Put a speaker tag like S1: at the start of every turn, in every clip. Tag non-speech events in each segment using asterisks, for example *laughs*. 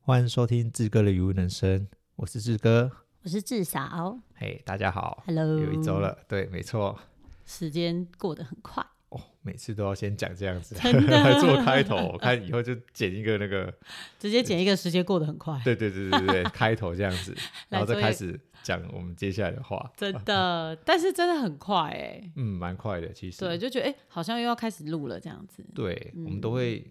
S1: 欢迎收听志哥的语无伦声，我是志哥。
S2: 我是志嫂
S1: 嘿、大家好，
S2: ，Hello，
S1: 有一周，了，对，没错，
S2: 时间过得很快，
S1: 哦，每次都要先讲这样子，
S2: 真
S1: *laughs*
S2: 的
S1: 来做开头，我看以后就剪一个那个，
S2: 直接剪一个时间过得很快，
S1: 对对对对
S2: *laughs*
S1: 对，开头这样子，然后
S2: 来做
S1: 再
S2: 一
S1: 开始讲我们接下来的话，
S2: 真的，但是真的很快哎、
S1: 嗯，蛮快的，其实，
S2: 对，就觉嗯得哎、好像又要开始录了这样子，
S1: 对我们都会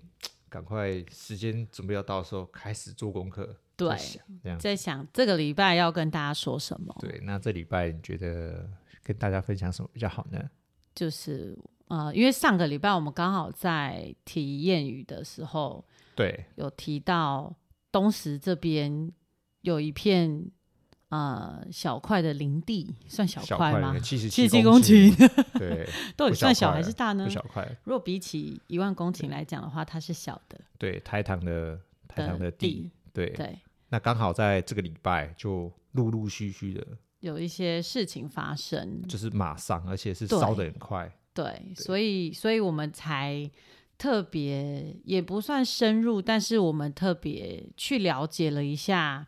S1: 赶快时间准备要到的时候开始做功课，
S2: 对
S1: 在想这样子。
S2: 在想这个礼拜要跟大家说什么，
S1: 对，那这礼拜你觉得跟大家分享什么比较好呢？
S2: 就是呃，因为上个礼拜我们刚好在提谚语的时候
S1: 对，
S2: 有提到东石这边有一片呃小块的林地，算小
S1: 小
S2: 块吗？
S1: 七十
S2: 七
S1: 七
S2: 十公顷， *laughs*
S1: 对，
S2: 到底
S1: 不小
S2: 算小
S1: 块
S2: 还是大呢
S1: 不？小块，
S2: 如果比起一万公顷来讲的话，它是小的
S1: 对，台糖的台糖的地，对，
S2: 对，
S1: 那刚好在这个礼拜就陆陆续续的，
S2: 有一些事情发生，
S1: 就是马上，而且是
S2: 对
S1: 烧的很快，
S2: 对，所以所以我们才特别也不算深入，但是我们特别去了解了一下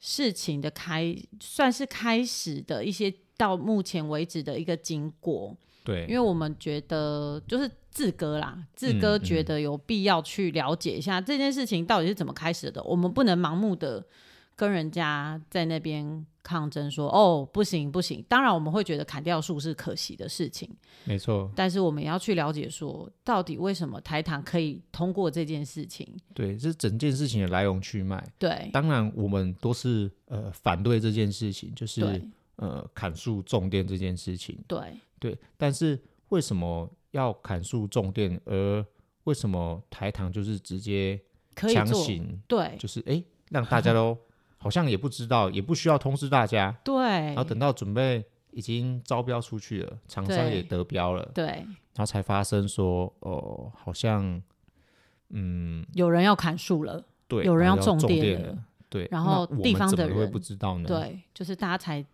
S2: 事情的开，算是开始的一些到目前为止的一个经过，
S1: 对，
S2: 因为我们觉得就是。志哥啦，志哥
S1: 嗯
S2: 觉得有必要去了解一下这件事情到底是怎么开始的。我们不能盲目的跟人家在那边抗争说，哦，不行不行。当然，我们会觉得砍掉树是可惜的事情，
S1: 没错，
S2: 但是我们也要去了解说，到底为什么台糖可以通过这件事情？
S1: 对，这整件事情的来龙去脉。
S2: 对，
S1: 当然，我们都是呃反对这件事情，就是
S2: 对，
S1: 呃砍树种电这件事情。
S2: 对，
S1: 对，但是为什么要砍树种电，而为什么台糖就是直接
S2: 可以
S1: 强
S2: 做，
S1: 行，
S2: 对，
S1: 就是哎、诶让
S2: *laughs*
S1: 大家都好像也不知道，也不需要通知大家，然后
S2: 对，
S1: 等到准备已经招标出去了，厂商也
S2: 对
S1: 得标了，
S2: 对，
S1: 然后才发生说哦、好像
S2: 有人要砍树了，
S1: 对
S2: 有人
S1: 好
S2: 要
S1: 像种
S2: 种电
S1: 电
S2: 了
S1: 了，对，那
S2: 然后
S1: 我
S2: 地
S1: 们
S2: 方
S1: 怎
S2: 的
S1: 么会
S2: 人
S1: 不知道呢？
S2: 对，就是大家才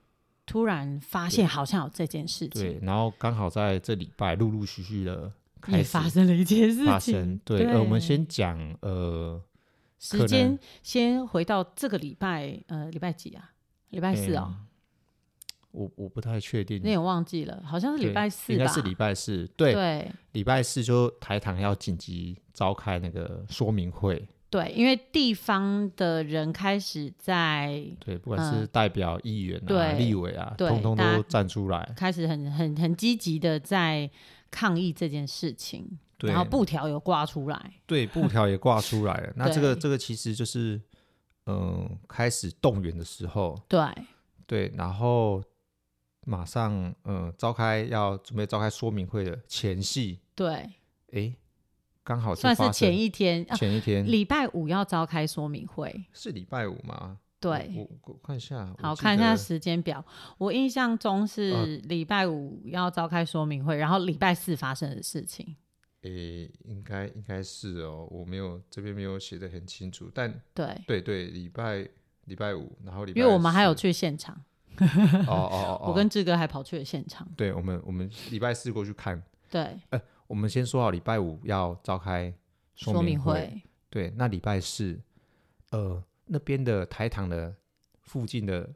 S2: 突然发现好像有这件事
S1: 对，
S2: 情，
S1: 然后刚好在这礼拜陆陆续续的开
S2: 也
S1: 始
S2: 发生了一件事
S1: 发
S2: 情
S1: 生。，对，呃，我们
S2: 对
S1: 先讲呃。可
S2: 时
S1: 能
S2: 间先回到这个礼拜，呃，礼拜几啊？礼拜四哦，
S1: 嗯我我不太确定，
S2: 你也忘记了，好像是礼
S1: 哎对
S2: 拜四
S1: 应
S2: 吧？
S1: 该是礼拜四，对，
S2: 对
S1: 礼拜四就台糖要紧急召开那个说明会，
S2: 对，因为地方的人开始在
S1: 对，不管
S2: 嗯
S1: 是代表议员啊、
S2: 对
S1: 立委啊，
S2: 对
S1: 通通
S2: 大
S1: 都
S2: 家
S1: 站出来，
S2: 开始很很很积极的在抗议这件事情，
S1: 对
S2: 然后布条有挂出来，
S1: 对，布条也挂出来
S2: *laughs*
S1: 了。那这个
S2: 对
S1: 这个其实就是，嗯，开始动员的时候，
S2: 对
S1: 对，然后马上嗯召开要准备召开说明会的前夕，
S2: 对，
S1: 诶，刚好就
S2: 算是
S1: 发生
S2: 前一天啊，
S1: 前一天
S2: 礼拜五要召开说明会，
S1: 是礼拜五吗？
S2: 对，
S1: 我我我看一下，我
S2: 好
S1: 记
S2: 看一下
S1: 得
S2: 时间表，我印象中
S1: 啊
S2: 是礼拜五要召开说明会，然后礼拜四发生的事情，
S1: 诶、应该应该是哦，我没有这边没有写的很清楚，但
S2: 对，
S1: 对对，礼拜礼拜五，然后礼拜
S2: 因为我们还有
S1: 四
S2: 去现场，
S1: 哦哦哦，
S2: *laughs* 我跟志哥还跑去了现场，
S1: 对我们我们礼拜四过去看，
S2: 对，
S1: 我们先说好礼拜五要召开说
S2: 说明
S1: 会，
S2: 会，
S1: 对，那礼拜四，呃，那边的台糖的附近的，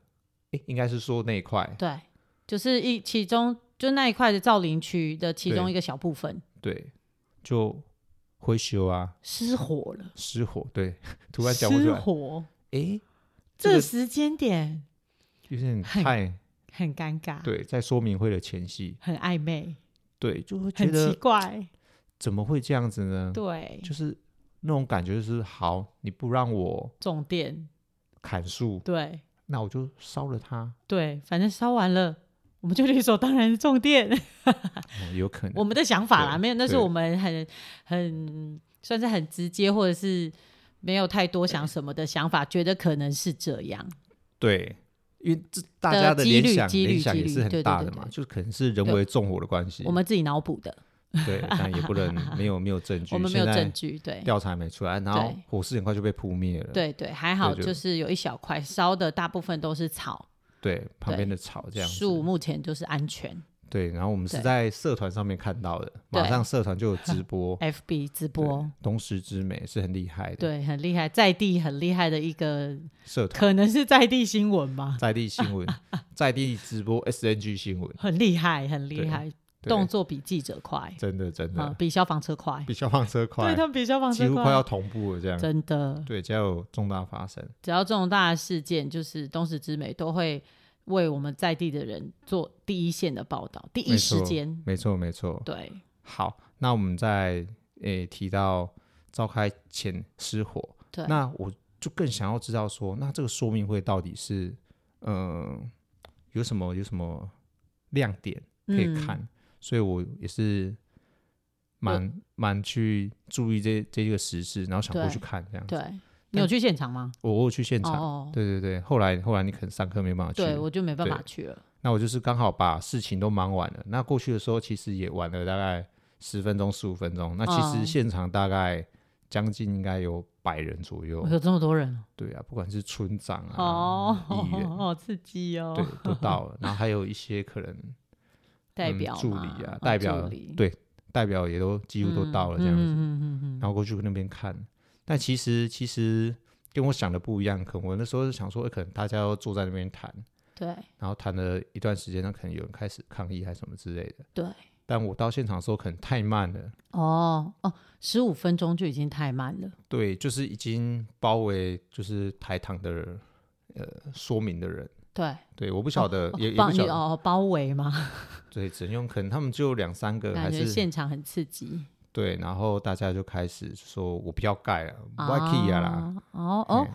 S1: 诶、应该是说那一块，
S2: 对，就是一其中就那一块的造林区的其中
S1: 对
S2: 一个小部分
S1: 对，就灰修啊，
S2: 失火了。
S1: 失火，对， *laughs* 突然讲不出来
S2: 失，火，
S1: 诶、这
S2: 这
S1: 个
S2: 时间点
S1: 有点
S2: 很
S1: 太
S2: 很尴尬，，
S1: 对，在说明会的前夕，
S2: 很暧昧，
S1: 对，就会觉
S2: 很奇
S1: 得嗯
S2: 怪，
S1: 怎么会这样子呢？
S2: 对，
S1: 就是那种感觉，就是好，你不让我
S2: 重点，
S1: 砍树，
S2: 对
S1: 那我就烧了它，
S2: 对，反正烧完了。我们就理所当然是重电，
S1: 哦有可能
S2: 我们的想法
S1: 对
S2: 啦，没有，那是
S1: 对
S2: 我们很很算是很直接，或者是没有太多想什么的想法，觉得可能是这样，
S1: 对，因为这大
S2: 的
S1: 家的
S2: 几
S1: 联
S2: 率
S1: 想
S2: 几
S1: 联
S2: 率
S1: 想
S2: 几
S1: 也
S2: 率
S1: 是很
S2: 对对
S1: 大
S2: 对
S1: 的嘛，
S2: 对
S1: 就是可能是人为纵火的关系
S2: 我，们自己脑补
S1: 嗯
S2: 的， *laughs*
S1: 对，但也不能没有没有证据，
S2: 我们没有
S1: 现在
S2: 证据，对
S1: 调查还没出来，然后
S2: 对
S1: 火势很快就被扑灭了，
S2: 对对，还好
S1: 就
S2: 就是有一小块烧的，大部分都是草
S1: 对，旁
S2: 对
S1: 边的草这样子
S2: 树，目前就是安全，
S1: 对，然后我们是
S2: 对
S1: 在社团上面看到的，马
S2: 对
S1: 上社团就有直
S2: *laughs*
S1: 播，
S2: FB 直播，
S1: 东石之美是很厉害的，，
S2: 对，很厉害，在地很厉害的一个，
S1: 社团
S2: 可能是在地新闻吧，
S1: 在地新
S2: *laughs*
S1: 闻，在地直播 SNG 新闻，
S2: 很厉害，很厉
S1: 对
S2: 害，
S1: 对
S2: 动作比记者快，
S1: 真的真
S2: 啊，
S1: 的
S2: 比消防车快，
S1: 比消防车快
S2: 对，他们比消防
S1: 几
S2: 车
S1: 乎快要同步了这样，
S2: 真的，嗯
S1: 对，只要有重大发生，
S2: 只要这种大的事件，就是东石之美都会为我们在地的人做第一线的报道，第一
S1: 没错
S2: 时间。
S1: 没错没错，
S2: 对，
S1: 好，那我们再诶提到召开前失火，
S2: 对
S1: 那我就更想要知道说，那这个说明会到底是呃有什么有什么亮点可
S2: 嗯
S1: 以看，所以我也是蛮蛮去注意这这个时事，然后想过
S2: 对
S1: 去看这样子。
S2: 对，你有去现场吗？
S1: 我我有去现场，
S2: 哦，
S1: 对对对，后来后来你可能上课没办法去，
S2: 对，我就没办法
S1: 对
S2: 去了。
S1: 那我就是刚好把事情都忙完了。那过去的时候，其实也晚了大概十分钟、十五分钟。那其
S2: 哦
S1: 实现场大概将近应该有百人左右。
S2: 有这么多人
S1: 对啊，不管是村长啊、
S2: 哦，
S1: 议员，
S2: 好刺激哦！
S1: *laughs* 对，都到了。然后还有一些可能
S2: *laughs* 代
S1: 嗯
S2: 表
S1: 助
S2: 嘛
S1: 理啊
S2: 哦
S1: 代
S2: 助
S1: 表
S2: 理
S1: 对代表也都几乎都到了这样子。
S2: 嗯嗯嗯嗯嗯
S1: 然后过去那边看，但其实其实跟我想的不一样。可能我那时候是想说，呃可能大家要坐在那边谈，
S2: 对
S1: 然后谈了一段时间，那可能有人开始抗议还是什么之类的。
S2: 对。
S1: 但我到现场的时候可能太慢了，
S2: 哦哦，十五分钟就已经太慢了。
S1: 对，就是已经包围就是台堂的呃说明的人，
S2: 对，
S1: 对，我不晓得，
S2: 哦
S1: 呃也也
S2: 包
S1: 不
S2: 你
S1: 晓得，
S2: 哦包围嘛，
S1: 对，只能用可能他们就两三个呃还
S2: 感觉
S1: 是
S2: 现场很刺激。
S1: 对，然后大家就开始说我不要盖了，不要 key 啊啦，
S2: 啊哦哦
S1: 嘿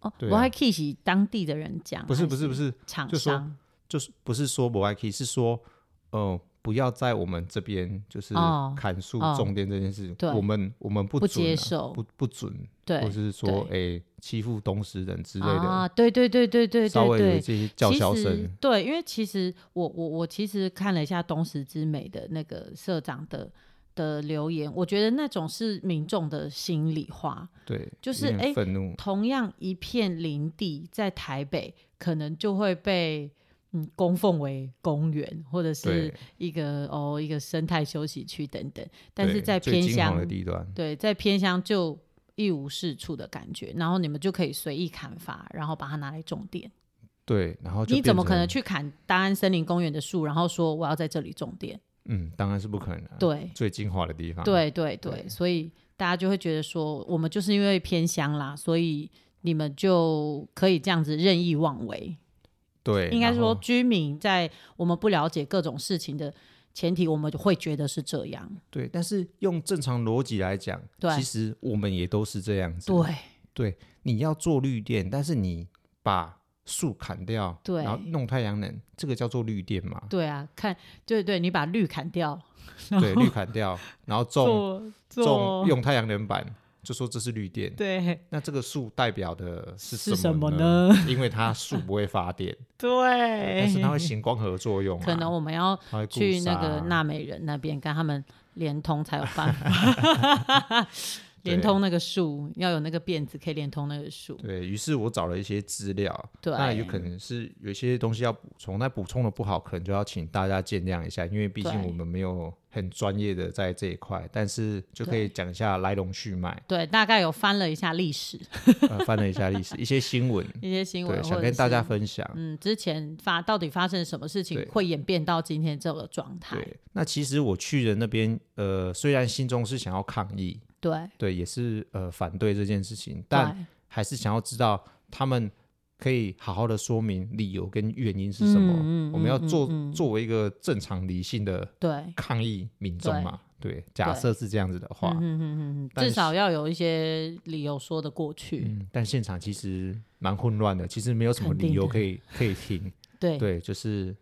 S2: 哦，
S1: 对
S2: 我
S1: 啊
S2: 还 k i 是当地的人讲，
S1: 不是
S2: 还
S1: 不是不，是，
S2: 厂
S1: 就说
S2: 商
S1: 就是不是说不爱 key，是说呃不要在我们这边就是
S2: 哦
S1: 砍树
S2: 哦
S1: 种电这件事，
S2: 对
S1: 我们我们不
S2: 不
S1: 准、啊、
S2: 接受
S1: 不不准或
S2: 对
S1: 是说哎、诶欺负东石人之类的，
S2: 啊，对对对对对
S1: 稍
S2: 对
S1: 微有
S2: 对
S1: 一，些叫
S2: 其
S1: 嚣
S2: 实
S1: 声，
S2: 对，因为其实我我我其实看了一下东石之美的那个社长的的留言，我觉得那种是民众的心里话。
S1: 对，
S2: 就
S1: 有
S2: 是
S1: 点
S2: 诶
S1: 愤怒，
S2: 同样一片林地，在台北可能就会被嗯供奉为公园，或者是
S1: 对
S2: 一个哦一个生态休息区等等，但是
S1: 对
S2: 在
S1: 最
S2: 偏
S1: 金黄
S2: 乡
S1: 的地段，
S2: 对，在偏乡就一无是处的感觉，然后你们就可以随意砍伐，然后把它拿来种电。
S1: 对，然哦后就
S2: 你怎
S1: 变
S2: 么可能
S1: 成？
S2: 去砍大安森林公园的树，然后说我要在这里种电？
S1: 嗯，当然是不可能、啊。，
S2: 对，
S1: 最精华的地方。，
S2: 对，对，
S1: 啊对
S2: 对，所以大家就会觉得说，我们就是因为偏乡啦，所以你们就可以这样子任意妄为。
S1: 对，
S2: 应该
S1: 然
S2: 说，
S1: 后
S2: 居民在我们不了解各种事情的前提，我们会觉得是这样。
S1: 对，但是用正常逻辑来讲，
S2: 对
S1: 其实我们也都是这样子。，
S2: 对，
S1: 你要做绿电，但是你把树砍掉，
S2: 对
S1: 然后弄太阳能，这个叫做绿电
S2: *laughs*
S1: 嘛？
S2: 对啊，看，对对，你把绿砍掉，
S1: 对，绿砍掉，然后种
S2: 做
S1: 种
S2: 做，
S1: 用太阳能板，就说这是绿电。
S2: 对
S1: 那这个树代表的是
S2: 是什
S1: 么
S2: 么
S1: 呢？
S2: 呢？
S1: *laughs* 因为它树不会发
S2: *laughs*
S1: 电，
S2: 对，
S1: 但是它会行光合作用、啊，
S2: 可能我们要
S1: 它会固
S2: 去那
S1: 沙
S2: 个
S1: 啊
S2: 纳美人那边跟他们连通才有办法，
S1: *laughs*
S2: 连
S1: 对
S2: 通那个树要有那个辫子可以连通那个树，
S1: 对于是，我找了一些资料，
S2: 对
S1: 那有可能是有一些东西要补充，那补充的不好，可能就要请大家见谅一下，因为毕竟
S2: 对
S1: 我们没有很专业的在这一块，但是就可以讲一下来龙去
S2: *laughs*
S1: 脉，
S2: 对，大概有翻了一下历史
S1: 呃，翻了一下历史，一些新闻，
S2: 一些新闻，
S1: 对，
S2: 或
S1: 想
S2: 者
S1: 跟大家
S2: 是
S1: 分享。
S2: 嗯，之前发到底发生什么事情
S1: 对
S2: 会演变到今天这个状态？
S1: 对，那其实我去的那边，呃，虽然心中是想要抗议，
S2: 对，
S1: 对，也是呃反对这件事情，但
S2: 对
S1: 还是想要知道他们可以好好的说明理由跟原因是什么。
S2: 嗯嗯
S1: 我们要
S2: 嗯
S1: 做、
S2: 嗯嗯
S1: 作为一个正常理性的
S2: 对，
S1: 抗议民众嘛，对，假设是这样子的话，
S2: 嗯
S1: 嗯
S2: 嗯嗯嗯，
S1: 但
S2: 至
S1: 是嗯
S2: 少要有一些理由说得过去。
S1: 但现场其实蛮混乱的，其实没有什么
S2: 肯定
S1: 理由
S2: 的
S1: 可以可以听，
S2: 对
S1: 对，就是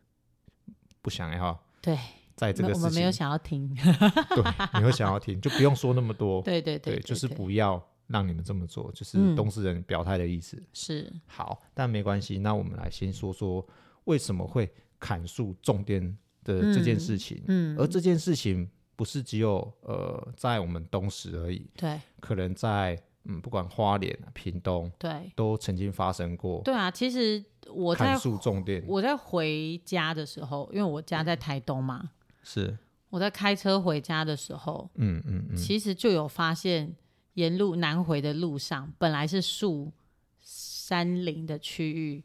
S1: 不想要
S2: 对，
S1: 在这
S2: 没
S1: 个
S2: 我
S1: 事
S2: 们没有
S1: 情，
S2: 想要听。 *laughs*
S1: 对，没有想要听，就不用说那么多，
S2: 对对
S1: 对，
S2: 对，
S1: 就是
S2: 对
S1: 不要让你们这么做，就是
S2: 嗯
S1: 东市人表态的意思。
S2: 是
S1: 好，但没关系，那我们来先说说为什么会砍树种电的这件事情，
S2: 嗯，
S1: 而这件事情不是只有呃在我们东石而已，
S2: 对
S1: 可能在嗯，不管花莲、屏东，
S2: 对
S1: 都曾经发生过
S2: 对啊，其实我在
S1: 砍树重电，
S2: 我在回家的时候，因为我
S1: 嗯
S2: 家在台东嘛，
S1: 是，
S2: 我在开车回家的时候，
S1: 嗯嗯嗯，
S2: 其实就有发现，沿路南回的路上，本来是树山林的区域，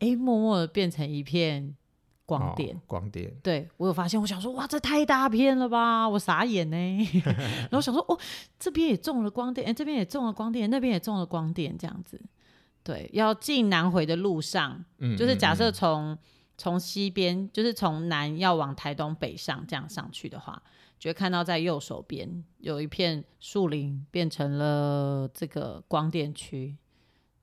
S2: 哎，默默的变成一片光点。
S1: 哦光点，
S2: 对我有发现，我想说，哇，这太大片了吧，我傻眼呢。
S1: *laughs*
S2: 然后想说，哦，这边也中了光电，哎，这边也中了光电，那边也中了光电，这样子。对，要进南回的路上，
S1: 嗯，
S2: 就是
S1: 嗯
S2: 假设
S1: 嗯
S2: 从从西边，就是从南要往台东北上这样上去的话，就会看到在右手边有一片树林变成了这个光电区，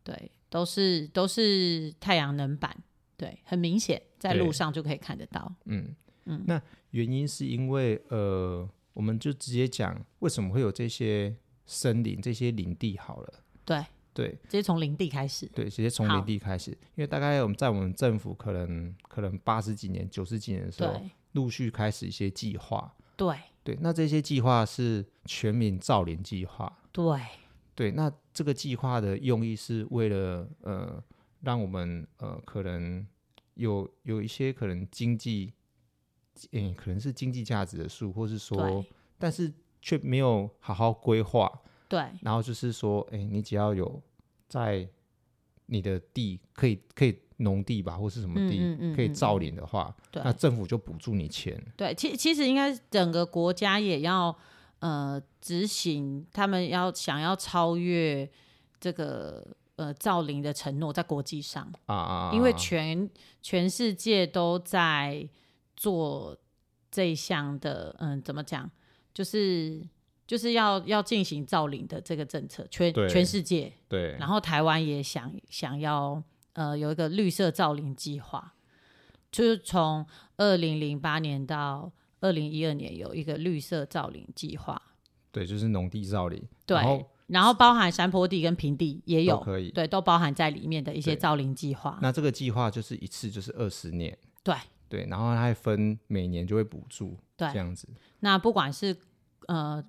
S2: 对，都是都是太阳能板，对，很明显在路
S1: 对
S2: 上就可以看得到。
S1: 嗯嗯，那原因是因为呃，我们就直接讲为什么会有这些森林、这些林地好了，
S2: 对，
S1: 对
S2: 直接从林地开始。
S1: 对，直接从
S2: 好
S1: 林地开始，因为大概我们在我们政府可能可能八十几年、九十几年的时候，
S2: 对
S1: 陆续开始一些计划，
S2: 对
S1: 对，那这些计划是全民造林计划，
S2: 对
S1: 对，那这个计划的用意是为了呃，让我们呃可能有有一些可能经济，嗯、可能是经济价值的树，或是说
S2: 对，
S1: 但是却没有好好规划，
S2: 对
S1: 然后就是说，哎、你只要有在你的地可以可以农地吧，或是什么地、
S2: 嗯嗯嗯
S1: 可以
S2: 嗯
S1: 造林的话，
S2: 对
S1: 那政府就补助你钱，
S2: 对，其其实应该整个国家也要呃执行，他们要想要超越这个呃造林的承诺，在国际上，
S1: 啊啊啊，
S2: 因为
S1: 啊
S2: 全全世界都在做这一项的，嗯，怎么讲，就是。就是要要进行造林的这个政策，全
S1: 对
S2: 全世界，
S1: 对，
S2: 然后台湾也想想要呃有一个绿色造林计划，就是从二零零八年到二零一二年有一个绿色造林计划，
S1: 对，就是农地造林，
S2: 对
S1: 然后
S2: 然后包含山坡地跟平地也
S1: 都
S2: 有，
S1: 可以。
S2: 对，都包含在里面的一些
S1: 对
S2: 造林计划。
S1: 那这个计划就是一次就是二十年，
S2: 对
S1: 对，然后它还分每年就会补助，
S2: 对
S1: 这样子，
S2: 那不管是呃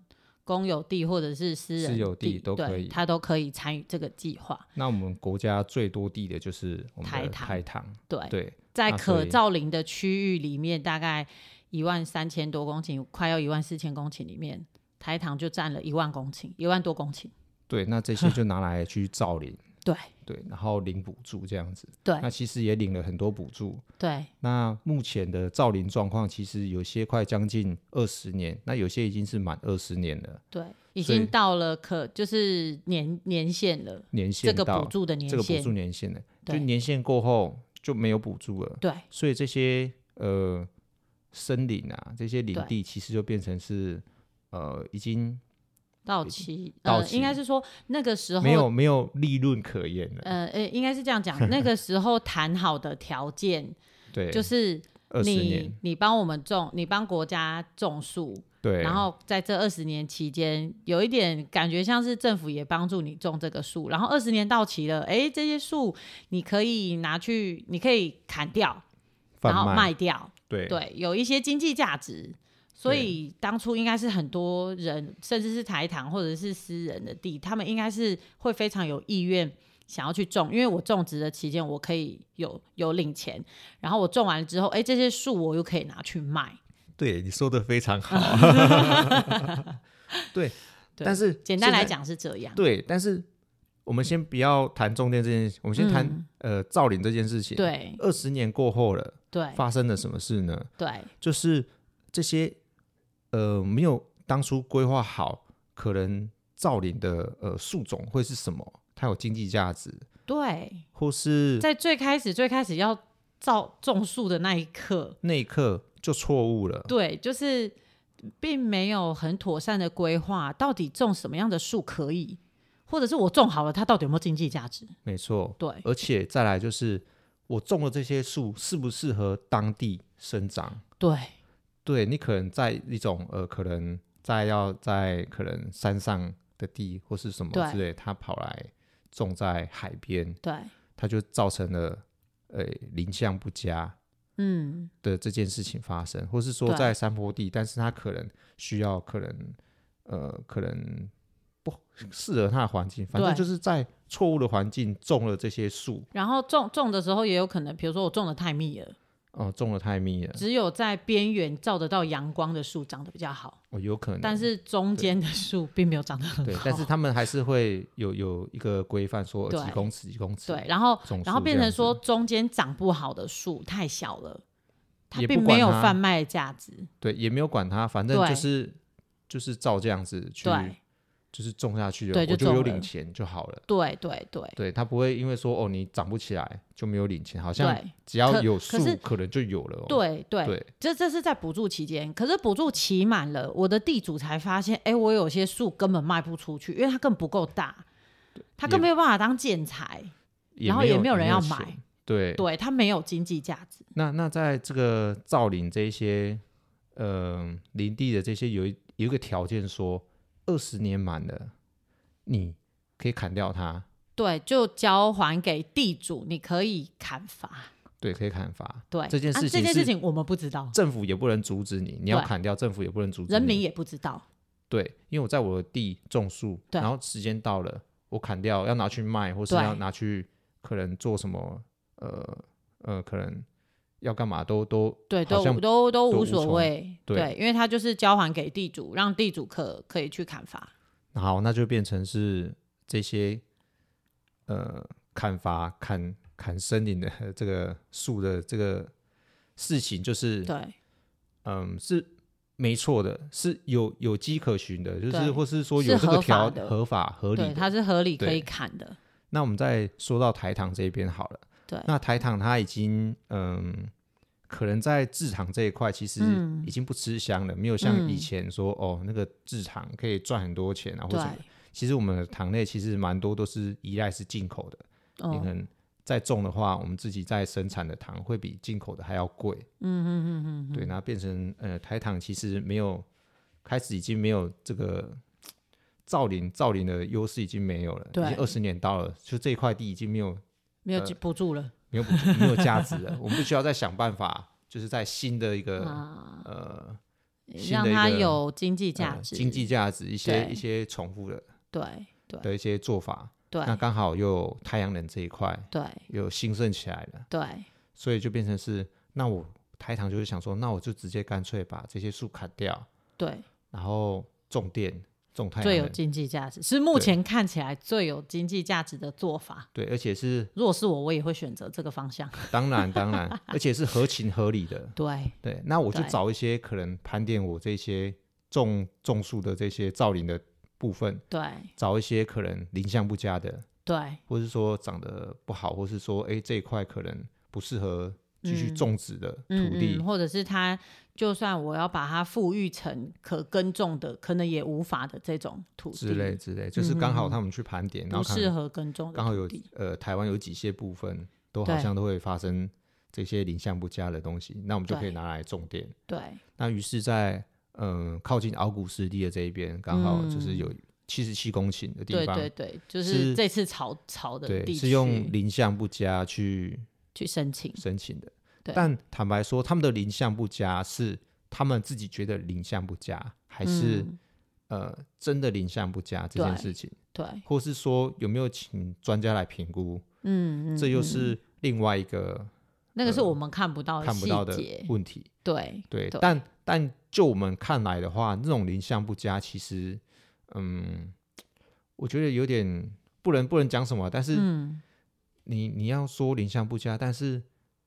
S2: 公有地或者是私人
S1: 私有地都
S2: 对
S1: 可以
S2: 它都可以参与这个计划。
S1: 那我们国家最多地的就是我们
S2: 台
S1: 的
S2: 糖
S1: 台糖，
S2: 对，
S1: 啊对，
S2: 在
S1: 那
S2: 可
S1: 所以
S2: 造林的区域里面，大概一万三千多公顷，快要一万四千公顷里面，台糖就占了一万公顷，一万多公顷。
S1: 对，那这些就拿来去造林，
S2: 对
S1: 对，然后领补助这样子。
S2: *laughs* 对
S1: 那其实也领了很多补助。
S2: 对
S1: 那目前的造林状况，其实有些快将近二十年，那有些已经是满二十年了，
S2: 对，已
S1: 所以
S2: 经到了可就是年年限了，
S1: 年
S2: 这
S1: 限
S2: 个
S1: 到
S2: 补助的年
S1: 这个补
S2: 限。
S1: 助年限了，就
S2: 对
S1: 年限过后就没有补助了。
S2: 对
S1: 所以这些呃森林啊，这些林
S2: 对
S1: 地其实就变成是呃已经
S2: 到期，
S1: 到
S2: 呃，应该
S1: 期
S2: 是说那个时
S1: 没
S2: 候，
S1: 有没有利润可言了。
S2: 呃，诶应该是这样讲，那个时候谈好的条件
S1: *laughs* 对，
S2: 就是
S1: 二十
S2: 你
S1: 年，
S2: 你帮我们种，你帮国家种树，
S1: 对，
S2: 然后在这二十年期间，有一点感觉像是政府也帮助你种这个树，然后二十年到期了，哎，这些树你可以拿去，你可以砍掉，然后
S1: 贩卖，
S2: 卖掉，
S1: 对
S2: 对，有一些经济价值。所以当初应该是很多人，甚至是台糖或者是私人的地，他们应该是会非常有意愿想要去种，因为我种植的期间我可以有有领钱，然后我种完了之后，哎，这些树我又可以拿
S1: *laughs*
S2: 去卖。
S1: 对，你说的非常好。对，
S2: 嗯对
S1: 但是
S2: 简单
S1: 现
S2: 来
S1: 在，
S2: 讲是这样，
S1: 对，但是我们先不要谈重点这件事，我们先谈、
S2: 嗯
S1: 呃造林这件事情。，
S2: 对
S1: 二十年过后了，
S2: 对
S1: 发生了什么事呢？
S2: 对
S1: 就是这些呃没有当初规划好，可能造林的呃树种会是什么？它有经济价值，
S2: 对，
S1: 或是
S2: 在最开始最开始要造种树的那一刻，
S1: 那一刻就错误了。
S2: 对，就是并没有很妥善的规划，到底种什么样的树可以，或者是我种好了，它到底有没有经济价值？
S1: 没错，
S2: 对
S1: 而且再来就是我种的这些树适不适合当地生长？
S2: 对
S1: 对你可能在一种呃，可能在要在可能山上的地或是什么
S2: 对
S1: 之类，他跑来种在海边，
S2: 对，
S1: 它就造成了呃林相不佳
S2: 嗯，
S1: 的这件事情发生，或是说
S2: 对
S1: 在山坡地，但是它可能需要可能呃可能不适合它的环境，反正
S2: 对
S1: 就是在错误的环境种了这些树，
S2: 然后种种的时候也有可能，比如说我种的太密了，
S1: 哦、种了太密了，
S2: 只有在边缘照得到阳光的树长得比较好，
S1: 哦，有可能。
S2: 但是中间的树并没有长得很
S1: 对
S2: 好。，
S1: 但是他们还是会有有一个规范，说呃
S2: 对
S1: 几公尺几公尺，
S2: 对，然后
S1: 种
S2: 然后
S1: 树
S2: 变
S1: 这
S2: 成
S1: 样子
S2: 说中间长不好的树太小了，它
S1: 也不
S2: 并没有
S1: 管它
S2: 贩卖的价值。
S1: 对，也没有管它，反正
S2: 对
S1: 就是就是照这样子去，
S2: 对
S1: 就是种下去了，
S2: 对就
S1: 我就
S2: 种
S1: 有
S2: 了
S1: 领钱就好了。
S2: 对对对
S1: 对他不会因为说哦你长不起来就没有领钱，好像
S2: 对
S1: 只要
S2: 可
S1: 有
S2: 可
S1: 树
S2: 是
S1: 可能就有了、哦。
S2: 对对，
S1: 对
S2: 这这是在补助期间，可是补助期满了，我的地主才发现，哎，我有些树根本卖不出去，因为它根本不够大，它
S1: 也
S2: 更没有办法当建材，
S1: 也
S2: 然后
S1: 没
S2: 也
S1: 有
S2: 没有人要
S1: 钱
S2: 买。
S1: 对，
S2: 对，它没有经济价值。
S1: 那那在这个造林这一些呃林地的这些有一有一个条件说，二十年满了，你可以砍掉它，
S2: 对，就交还给地主，你可以砍伐。
S1: 对，可以砍伐。
S2: 对，
S1: 这件事
S2: 啊、这
S1: 情
S2: 件
S1: 是
S2: 事情我们不知道，
S1: 政府也不能阻止你，你要
S2: 对
S1: 砍掉，政府也不能阻止
S2: 人
S1: 你
S2: 民也不知道。
S1: 对，因为我在我的地种树，
S2: 对
S1: 然后时间到了，我砍掉要拿去卖，或是
S2: 对
S1: 要拿去可能做什么，呃呃，可能要干嘛都都
S2: 对，
S1: 好
S2: 都
S1: 像
S2: 都都
S1: 都
S2: 无
S1: 无
S2: 所
S1: 从
S2: 谓。
S1: 对
S2: 因为他就是交还给地主，让地主可可以去砍伐。
S1: 好，那就变成是这些呃砍伐砍砍森林的这个树的这个事情，就是
S2: 对
S1: 嗯是没错的，是有有迹可循的，就
S2: 对
S1: 是或是说
S2: 是
S1: 有这
S2: 合
S1: 个
S2: 法
S1: 条
S2: 的
S1: 合法合理
S2: 对，
S1: 的。
S2: 它是合理可
S1: 对
S2: 以砍的。
S1: 那我们再说到台糖这边好了。
S2: 对
S1: 那台糖它已经嗯，可能在制糖这一块其实
S2: 嗯
S1: 已经不吃香了，没有像以
S2: 嗯
S1: 前说哦那个制糖可以赚很多钱啊或
S2: 对
S1: 者什么。其实我们的糖类其实蛮多都是依赖是进口的，你可
S2: 嗯
S1: 能再种的话，我们自己在生产的糖会比进口的还要贵。嗯嗯嗯嗯，对，那变成呃台糖其实没有开始已经没有这个造林造林的优势已经没有了，
S2: 对
S1: 已经二十年到了，就这一块地已经没有
S2: 没有
S1: 呃
S2: 补助了
S1: 没有补助没有价值了，我们必须要再想办法，就是在新的一个、
S2: 啊，
S1: 呃新
S2: 让
S1: 的一
S2: 它
S1: 个
S2: 有经济价
S1: 呃
S2: 值。
S1: 经济价值一些
S2: 对
S1: 一些重复的
S2: 对对
S1: 的一些做法。那
S2: 对
S1: 刚好又有太阳能这一块
S2: 对
S1: 又兴盛起来了，
S2: 对
S1: 所以就变成是，那我台糖就是想说，那我就直接干脆把这些树砍掉，
S2: 对，
S1: 然后种电种太
S2: 最
S1: 阳
S2: 有
S1: 能，
S2: 经济价值是目
S1: 对
S2: 前看起来最有经济价值的做法。
S1: 对，而且是
S2: 如果是我，我也会选择这个方向。 *laughs*
S1: 当然当然，而且是合情合理的，
S2: 对
S1: 对，那我就
S2: 对
S1: 找一些可能盘点我这些种种树的这些造林的部分，
S2: 对
S1: 找一些可能林相不佳的，
S2: 对
S1: 或是说长得不好，或是说哎这一块可能不适合继续
S2: 嗯
S1: 种植的
S2: 嗯
S1: 土地，
S2: 嗯，或者是它，就算我要把它富育成可耕种的，可能也无法的这种土地，嗯
S1: 之类之类，就是刚好他们去盘点，然
S2: 不
S1: 后看
S2: 适合耕种的
S1: 刚好有
S2: 土地。
S1: 呃台湾有几些部分都好
S2: 对
S1: 像都会发生这些林相不佳的东西，那我们就可以
S2: 对
S1: 拿来种电。
S2: 对
S1: 那于是在，嗯靠近敖古湿地的这一边，刚好就是
S2: 嗯
S1: 有七十七公顷的地
S2: 对
S1: 方，
S2: 对对，就是是这次炒炒的
S1: 对
S2: 地
S1: 是用
S2: 区
S1: 林相不佳去
S2: 去申请，
S1: 申请的。
S2: 对
S1: 但坦白说，他们的林相不佳是他们自己觉得林相不佳，还是、
S2: 嗯
S1: 呃真的林相不佳这件
S2: 对
S1: 事情，
S2: 对，
S1: 或是说有没有请专家来评估？
S2: 嗯，嗯
S1: 这又
S2: 嗯
S1: 是另外一个
S2: 那个是
S1: 呃
S2: 我们看不到
S1: 看不
S2: 细
S1: 到的
S2: 节，
S1: 问题。
S2: 对
S1: 对，
S2: 对
S1: 但但就我们看来的话，这种林相不佳，其实，嗯，我觉得有点不能不能讲什么，但是
S2: 嗯，
S1: 你你要说林相不佳，但是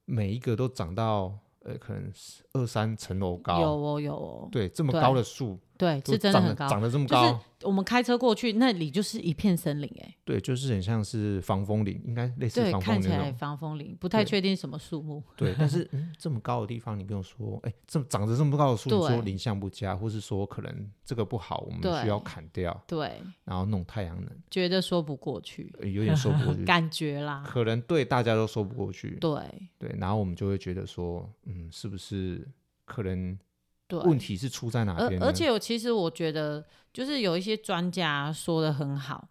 S1: 每一个都长到呃可能是二三层楼
S2: 有
S1: 高，
S2: 哦有哦，
S1: 对，这么
S2: 对
S1: 高的树
S2: 对，
S1: 都
S2: 是真的
S1: 长得
S2: 很高。
S1: 长得这么
S2: 就
S1: 高，
S2: 是我们开车过去，那里就是一片森林、哎，
S1: 对，就是很像是防风林，应该类似
S2: 对，
S1: 防
S2: 看
S1: 风
S2: 起
S1: 林那
S2: 来
S1: 种，
S2: 防风林，不太
S1: 对
S2: 确定什么树木，
S1: 对，但
S2: *laughs*
S1: 是、嗯、这么高的地方，你跟我说，哎、这么长得这么高的树，你说
S2: 对
S1: 林相不佳，或是说可能这个不好，我们
S2: 对
S1: 需要砍掉，
S2: 对，
S1: 然后弄太阳能，
S2: 觉得说不过去，
S1: 呃有点说不过
S2: *laughs*
S1: 去，
S2: 感觉啦，
S1: 可能对大家都说不过去，
S2: 对
S1: 对，然后我们就会觉得说，嗯，是不是可能
S2: 对，
S1: 问题是出在哪边呢？
S2: 而而且我其实我觉得，就是有一些专家说的很好，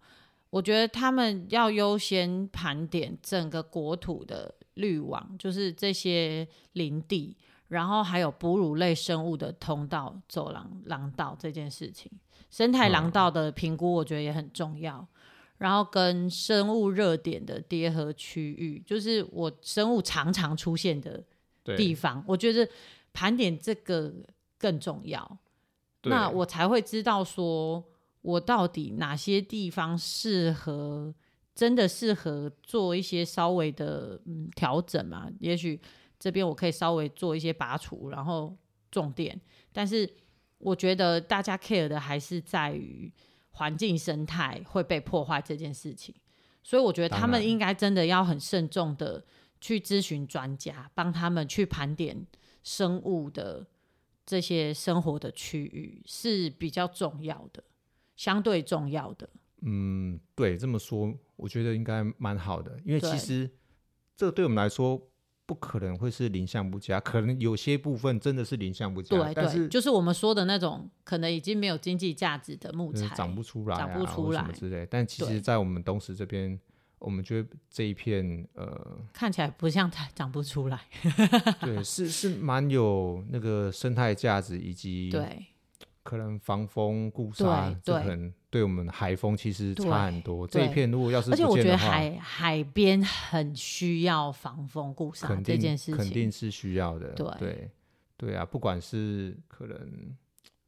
S2: 我觉得他们要优先盘点整个国土的滤网，就是这些林地，然后还有哺乳类生物的通道走廊廊道这件事情，生态
S1: 嗯
S2: 廊道的评估我觉得也很重要。然后跟生物热点的叠合区域，就是我生物常常出现的地
S1: 对，
S2: 方，我觉得盘点这个更重要。
S1: 对
S2: 那我才会知道说我到底哪些地方适合，真的适合做一些稍微的嗯调整嘛。也许这边我可以稍微做一些拔除，然后重点，但是我觉得大家 care 的还是在于环境生态会被破坏这件事情，所以我觉得他
S1: 当
S2: 们
S1: 然
S2: 应该真的要很慎重的去咨询专家，帮他们去盘点生物的这些生活的区域是比较重要的，相对重要的。
S1: 嗯，对，这么说，我觉得应该蛮好的，因为
S2: 对
S1: 其实这对我们来说不可能会是零项不加，可能有些部分真的是零项不加，
S2: 对
S1: 但
S2: 对，
S1: 是
S2: 就是我们说的那种可能已经没有经济价值的木
S1: 就是
S2: 材，
S1: 长不出来、啊，
S2: 长不出
S1: 或什
S2: 来
S1: 么之类。但其
S2: 对
S1: 实，在我们东石这边，我们觉得这一片呃，
S2: 看起来不像它长不出来。
S1: 对，是是蛮有那个生态价值，以及
S2: 对
S1: 可能防风固沙，
S2: 对
S1: 这
S2: 对
S1: 可能对我们海风其实
S2: 对
S1: 差很多。这一
S2: 对
S1: 片如果要是
S2: 而且
S1: 不
S2: 我
S1: 见
S2: 觉
S1: 的
S2: 得
S1: 话
S2: 海海边很需要防风固沙
S1: 肯
S2: 这
S1: 定
S2: 件事情，
S1: 肯定是需要的。
S2: 对
S1: 对对啊，不管是可能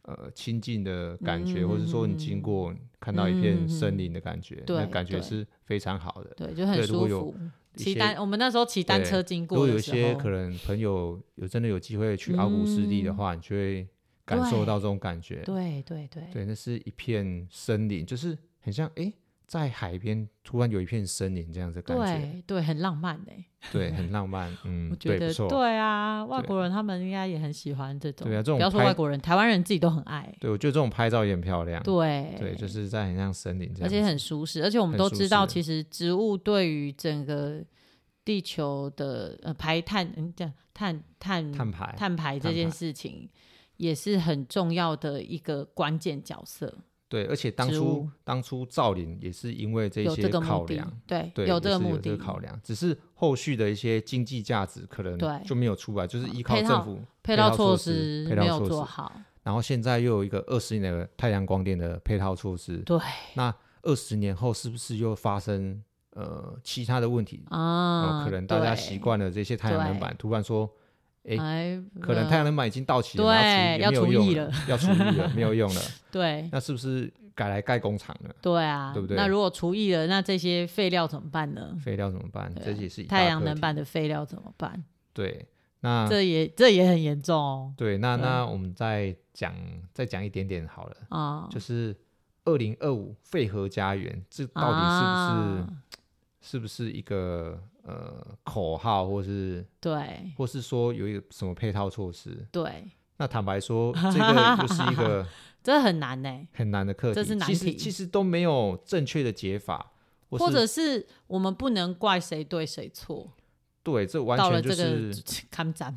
S1: 呃亲近的感觉，或者说你
S2: 嗯
S1: 经过看到一片森林的感觉，
S2: 对
S1: 那感觉
S2: 对
S1: 是非常好的。
S2: 对，就很
S1: 对如
S2: 舒
S1: 果有
S2: 服。
S1: 一
S2: 骑
S1: 些
S2: 单，我们那时候骑单
S1: 对
S2: 车经
S1: 如果
S2: 过
S1: 有一
S2: 的时候，嗯
S1: 些可能朋友有真的有机会去奥古斯地的话，你就会感受到这种感觉。
S2: 对对对
S1: 对，那是一片森林，就是很像诶，在海边突然有一片森林这样子的感觉，
S2: 对对，很浪漫哎、
S1: 对，很浪漫。嗯
S2: 我，觉
S1: 对，
S2: 得
S1: 不错。
S2: 对啊，外
S1: 对
S2: 国人他们应该也很喜欢这种。
S1: 对啊这种
S2: 不要说
S1: 拍
S2: 外国人，台湾人自己都很爱。
S1: 对，我觉得这种拍照也很漂亮。
S2: 对
S1: 对，就是在很像森林这样子，
S2: 而且很舒适，而且我们
S1: 很
S2: 都
S1: 舒
S2: 知道，
S1: 适
S2: 其实植物对于整个地球的呃排碳，嗯，这样碳碳
S1: 碳排，
S2: 碳排这
S1: 碳
S2: 件
S1: 排
S2: 事情，也是很重要的一个关键角色。
S1: 对，而且当
S2: 植
S1: 初
S2: 物
S1: 当初造林也是因为这
S2: 有
S1: 些
S2: 这个
S1: 考
S2: 目的
S1: 量，，
S2: 对，
S1: 对，
S2: 有
S1: 也
S2: 这个
S1: 是
S2: 目
S1: 有这
S2: 的
S1: 个考量，只是后续的一些经济价值可能
S2: 对呃
S1: 就没有出来，就是依靠
S2: 配
S1: 政
S2: 套
S1: 府，
S2: 配
S1: 套
S2: 套
S1: 措
S2: 措
S1: 施
S2: 施
S1: 配
S2: 没
S1: 套
S2: 有
S1: 措
S2: 做
S1: 施
S2: 好，
S1: 然后现在又有一个二十年的太阳光电的配套措施，
S2: 对
S1: 那二十年后是不是又发生呃其他的问题？
S2: 啊、
S1: 呃可能大家习
S2: 对，
S1: 惯了这些太阳能
S2: 对
S1: 板，突然说哎
S2: 哎，
S1: 可能
S2: 呃
S1: 太阳能板已经到期了，
S2: 对
S1: 要
S2: 要
S1: 除
S2: 除
S1: 役也没有
S2: 役
S1: 用了，要除役
S2: *laughs*
S1: 了，没有用了， *laughs*
S2: 对
S1: 那是不是改来盖工厂了？
S2: 对啊，
S1: 对不对
S2: 那如果除役了，那这些废料怎么办呢？
S1: 废料怎么办？
S2: 对啊
S1: 这也是一大
S2: 太阳
S1: 课
S2: 能
S1: 题。啊
S2: 板的废料怎么办？
S1: 对，那
S2: 这也这也很严重哦。
S1: 对，那
S2: 对
S1: 那我们再讲再讲一点点好了，
S2: 啊、
S1: 就是二零二五废核家园，这到底是不是、
S2: 啊
S1: 是不是一个呃口号，或是
S2: 对
S1: 或是说有一个什么配套措施？
S2: 对，
S1: 那坦白说，这个就是一个
S2: 这很难呢、
S1: 很难的课题，
S2: 这是难
S1: 其实
S2: 题
S1: 其实都没有正确的解法，或是
S2: 或者是我们不能怪谁对谁错，
S1: 对，这完
S2: 到了
S1: 全就是
S2: 这个看展，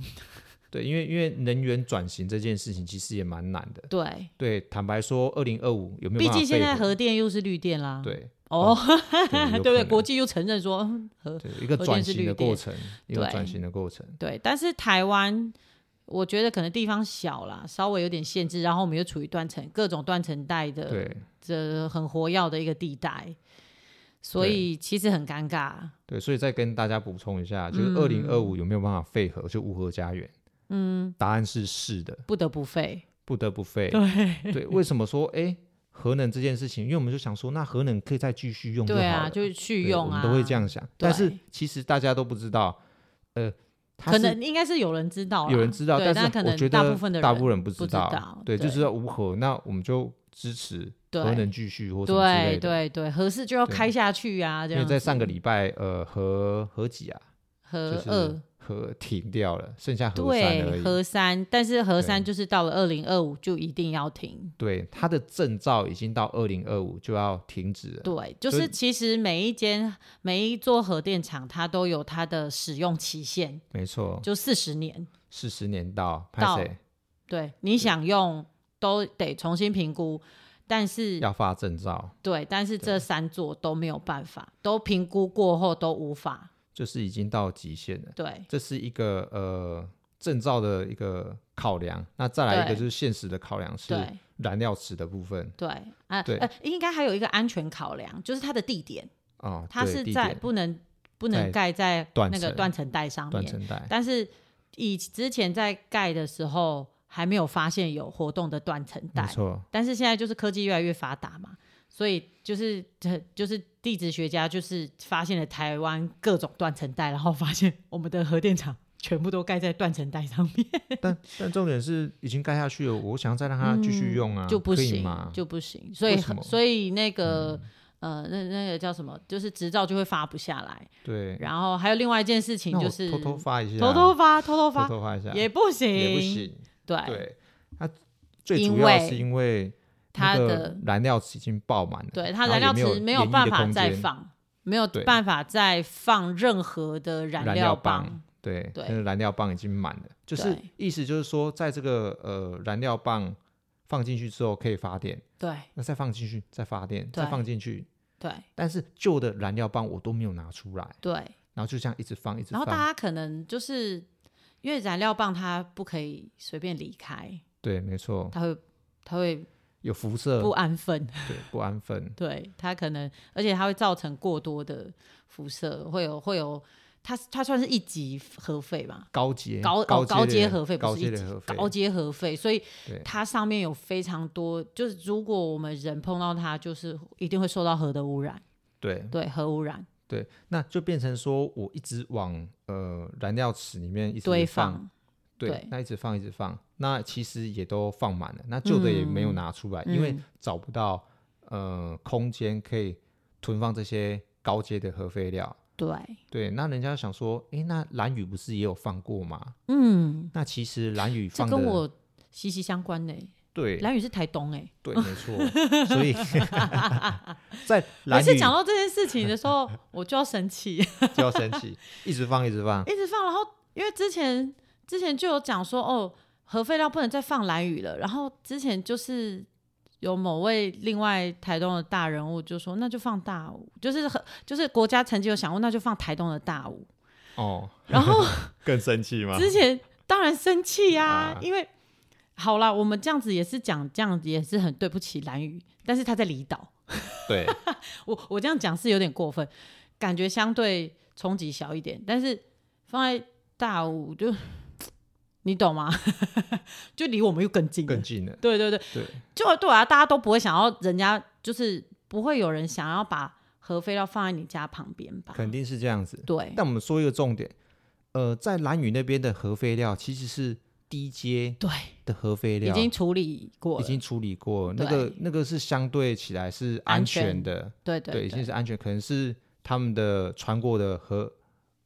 S1: 对，因为因为能源转型这件事情其实也蛮难的。
S2: 对，
S1: 对，坦白说，二零二五有没有
S2: 毕
S1: 办法
S2: 竟现
S1: 废
S2: 在
S1: 核
S2: 核电又是绿电啦，， *laughs*
S1: 对
S2: 哦，
S1: 对有
S2: *laughs* 对不
S1: 可
S2: 对？
S1: 能
S2: 国际又承认说嗯核
S1: 对一个
S2: 核电
S1: 转
S2: 是
S1: 型的
S2: 绿
S1: 过
S2: 电
S1: 程，一个
S2: 对
S1: 转型的过程，
S2: 对，但是台湾我觉得可能地方小啦，稍微有点限制，然后我们又处于断层各种断层带的
S1: 对
S2: 这很活跃的一个地带，所
S1: 对
S2: 以其实很尴尬。
S1: 对，所以再跟大家补充一下，
S2: 嗯
S1: 就是二零二五有没有办法废核，就无核家园？嗯，答案是是的，
S2: 不得不废，
S1: 不得不废。对，为什么说哎核能这件事情？因为我们就想说，那核能可以再继续
S2: *laughs*
S1: 用就好
S2: 对啊，
S1: 了，
S2: 就是去
S1: 对
S2: 用
S1: 我
S2: 啊，
S1: 们都会这样想。但是
S2: 对
S1: 其实大家都不知道，呃，它
S2: 可
S1: 是
S2: 能应该是有人知道啦，
S1: 有人知道，
S2: 对
S1: 但
S2: 但可
S1: 我
S2: 能
S1: 觉得
S2: 大部分的人
S1: 大部分人不
S2: 不
S1: 知
S2: 知道
S1: 对，就
S2: 对
S1: 是要无核，那我们就支持
S2: 对
S1: 核能继续或什么之类
S2: 对
S1: 的。
S2: 对对，合适就要
S1: 对
S2: 开下去啊，这
S1: 因为
S2: 样
S1: 在
S2: 子
S1: 上个礼拜，呃，核核几啊，
S2: 核
S1: 就是
S2: 二。
S1: 核停掉了，剩下核三而
S2: 对
S1: 已。
S2: 核三，但是核三
S1: 对
S2: 就是到了二零二五就一定要停。
S1: 对，它的证照已经到二零二五就要停止了。
S2: 对，就
S1: 所以
S2: 是其实每一间每一座核电厂，它都有它的使用期限，
S1: 没错，
S2: 就四十年。
S1: 四十年到，
S2: 到
S1: 拍谁
S2: 对，你想用都得重新评估，但是
S1: 要发证照，
S2: 对，但是这三座都没有办法，都评估过后都无法。
S1: 就是已经到极限了。
S2: 对
S1: 这是一个呃证照的一个考量，那再来一个
S2: 对
S1: 就是现实的考量是
S2: 对
S1: 燃料池的部分
S2: 对啊，
S1: 对
S2: 呃，应该还有一个安全考量，就是它的地点，
S1: 啊，
S2: 它
S1: 对
S2: 是
S1: 地
S2: 在
S1: 点
S2: 不能不能
S1: 在
S2: 盖在
S1: 断
S2: 那个
S1: 层
S2: 断层带上
S1: 断
S2: 面，
S1: 层带，
S2: 但是以之前在盖的时候还没有发现有活动的断层
S1: 没
S2: 带，
S1: 错，
S2: 但是现在就是科技越来越发达嘛，所以就是 *laughs* 呃就是地质学家就是发现了台湾各种断层带，然后发现我们的核电厂全部都盖在断层带上面，
S1: 但但重点是已经盖下去了，我想再让它继续用啊，
S2: 嗯就不
S1: 可以
S2: 行
S1: 吗？
S2: 就不行，所以
S1: 为什么嗯
S2: 所以那个。呃，那那个叫什么？就是执照就会发不下来。
S1: 对，
S2: 然后还有另外一件事情
S1: 那我
S2: 就是
S1: 偷偷发一下，
S2: 偷偷发，偷偷
S1: 偷
S2: 发
S1: 偷发一下
S2: 也不行，
S1: 也不行，
S2: 对，
S1: 对，它最
S2: 因
S1: 主要
S2: 为
S1: 是因为
S2: 它
S1: 那个
S2: 的
S1: 燃料池已经爆满了，
S2: 对，它燃
S1: 然后
S2: 料
S1: 也
S2: 池没
S1: 没
S2: 有
S1: 有演
S2: 办
S1: 绎的
S2: 法
S1: 空
S2: 再
S1: 间
S2: 放，没有
S1: 对
S2: 办法再放任何的燃
S1: 燃料
S2: 棒
S1: 棒。对，
S2: 对
S1: 那个燃料棒已经满了，就是
S2: 对
S1: 意思就是说，在这个呃燃料棒放进去之后可以发电，
S2: 对
S1: 那再放进去，再发电，再
S2: 对
S1: 放进去，
S2: 对
S1: 但是旧的燃料棒我都没有拿出来，
S2: 对，
S1: 然后就这样一直放，一直
S2: 然后大
S1: 放，
S2: 家可能就是因为燃料棒它不可以随便离开，
S1: 对，没错，
S2: 它会它会
S1: 有辐射，
S2: 不安分， *laughs*
S1: 对，不安分，
S2: 对它可能，而且它会造成过多的辐射，会有会有它它算是一级核废嘛，
S1: 高阶
S2: 高哦
S1: 高
S2: 高阶核废不
S1: 高
S2: 是
S1: 阶
S2: 一
S1: 的
S2: 级
S1: 核废，
S2: 高阶核废，所以
S1: 对
S2: 它上面有非常多，就是如果我们人碰到它，就是一定会受到核的污染，
S1: 对
S2: 对核污染
S1: 对，那就变成说我一直往呃燃料池里面一直
S2: 堆
S1: 放，
S2: 放，
S1: 对，
S2: 对
S1: 那一直放一直放，那其实也都放满了，那旧的也没有拿出来，因为
S2: 嗯
S1: 找不到呃空间可以囤放这些高阶的核废料。
S2: 对，
S1: 对，那人家想说，诶，那蓝宇不是也有放过吗？
S2: 嗯，
S1: 那其实蓝宇
S2: 这
S1: 放的
S2: 跟我息息相关呢、
S1: 对
S2: 蓝宇是台东哎、
S1: 对没错，所
S2: *laughs*
S1: 以 *laughs* 在
S2: 每
S1: 蓝
S2: 次
S1: 宇
S2: 讲到这件事情的时候，我就要生气，一
S1: 就要生气，一直放一直放，
S2: 直放。然后因为之前之前就有讲说，哦，核废料不能再放蓝雨了。然后之前就是有某位另外台东的大人物就说，那就放大武，就是和就是国家曾经有想过，那就放台东的大武。
S1: 哦，
S2: 然后
S1: 更生气吗
S2: 之前当然生气呀、
S1: 啊
S2: 因为好啦，我们这样子也是讲，这样子也是很对不起蓝雨，但是他在离岛。
S1: 对
S2: 我我这样讲是有点过分，感觉相对冲击小一点，但是放在大五就你懂吗？ *laughs* 就离我们又更近了
S1: 更近了，
S2: 对对对，
S1: 对
S2: 就对啊，大家都不会想要人家就是不会有人想要把核废料放在你家旁边吧？
S1: 肯定是这样子。
S2: 对
S1: 但我们说一个重点，呃，在蓝屿那边的核废料其实是低阶
S2: 对，
S1: 的核废
S2: 已
S1: 料，
S2: 经处理过了，
S1: 已经处理过，那
S2: 对
S1: 个那个是相对起来是
S2: 安
S1: 安
S2: 全
S1: 全的，
S2: 对对
S1: 已经是安全，可能是他们的穿过的和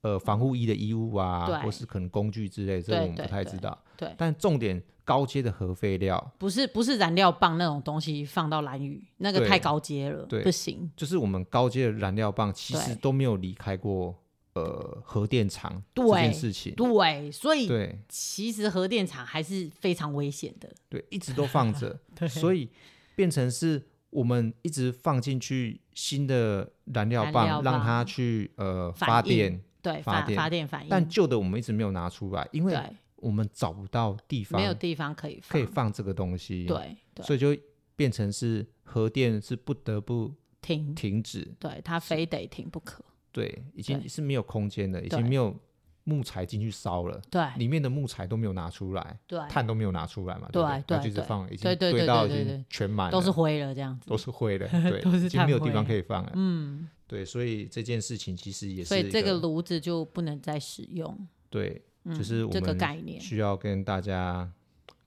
S1: 呃防护衣的衣物
S2: 对
S1: 啊，或是可能工具之类，这
S2: 对
S1: 我们
S2: 对
S1: 不太
S2: 对
S1: 知道。
S2: 对
S1: 但重点高阶的核废料，
S2: 不是不是燃料棒那种东西放到蓝雨，那个
S1: 对
S2: 太高阶了，
S1: 对
S2: 不行。
S1: 就是我们高阶的燃料棒，其实
S2: 对
S1: 都没有离开过呃核电厂这
S2: 对
S1: 件事情。
S2: 对，所以
S1: 对，
S2: 其实核电厂还是非常危险的。
S1: 对，一直都放
S2: *laughs*
S1: 着，所以变成是我们一直放进去新的燃料
S2: 燃
S1: 棒，
S2: 料
S1: 让
S2: 棒
S1: 它去呃
S2: 反
S1: 发
S2: 应
S1: 电，
S2: 对，
S1: 发
S2: 发
S1: 电
S2: 发电反应，
S1: 但旧的我们一直没有拿出来，因为
S2: 对，
S1: 我们找不到地方
S2: 没有地方可以放，
S1: 可以放这个东西，，
S2: 对对，
S1: 所以就变成是核电是不得不
S2: 停，
S1: 停止，
S2: 对，它非得停不可，
S1: 对，已经
S2: 对
S1: 是没有空间了，已
S2: 对
S1: 经没有木材进去烧了，
S2: 对
S1: 里面的木材都没有拿出来，
S2: 对，
S1: 碳都没有拿出来嘛，不
S2: 对
S1: 对？
S2: 对
S1: 那就一直
S2: 对
S1: 放，已
S2: 对
S1: 经
S2: 对
S1: 堆
S2: 对
S1: 到已
S2: 对对
S1: 经全满了，
S2: 都是灰了这样子，
S1: 都是灰
S2: *laughs*
S1: 的，对，
S2: 都是
S1: 已经没有地
S2: 碳
S1: 方
S2: 灰
S1: 可以放了。
S2: 嗯，
S1: 对，所以这件事情其实也是
S2: 所以
S1: 一
S2: 这
S1: 个
S2: 个炉子就不能再使用，
S1: 对，
S2: 嗯，
S1: 就是我
S2: 这个
S1: 们
S2: 概念，
S1: 需要跟大家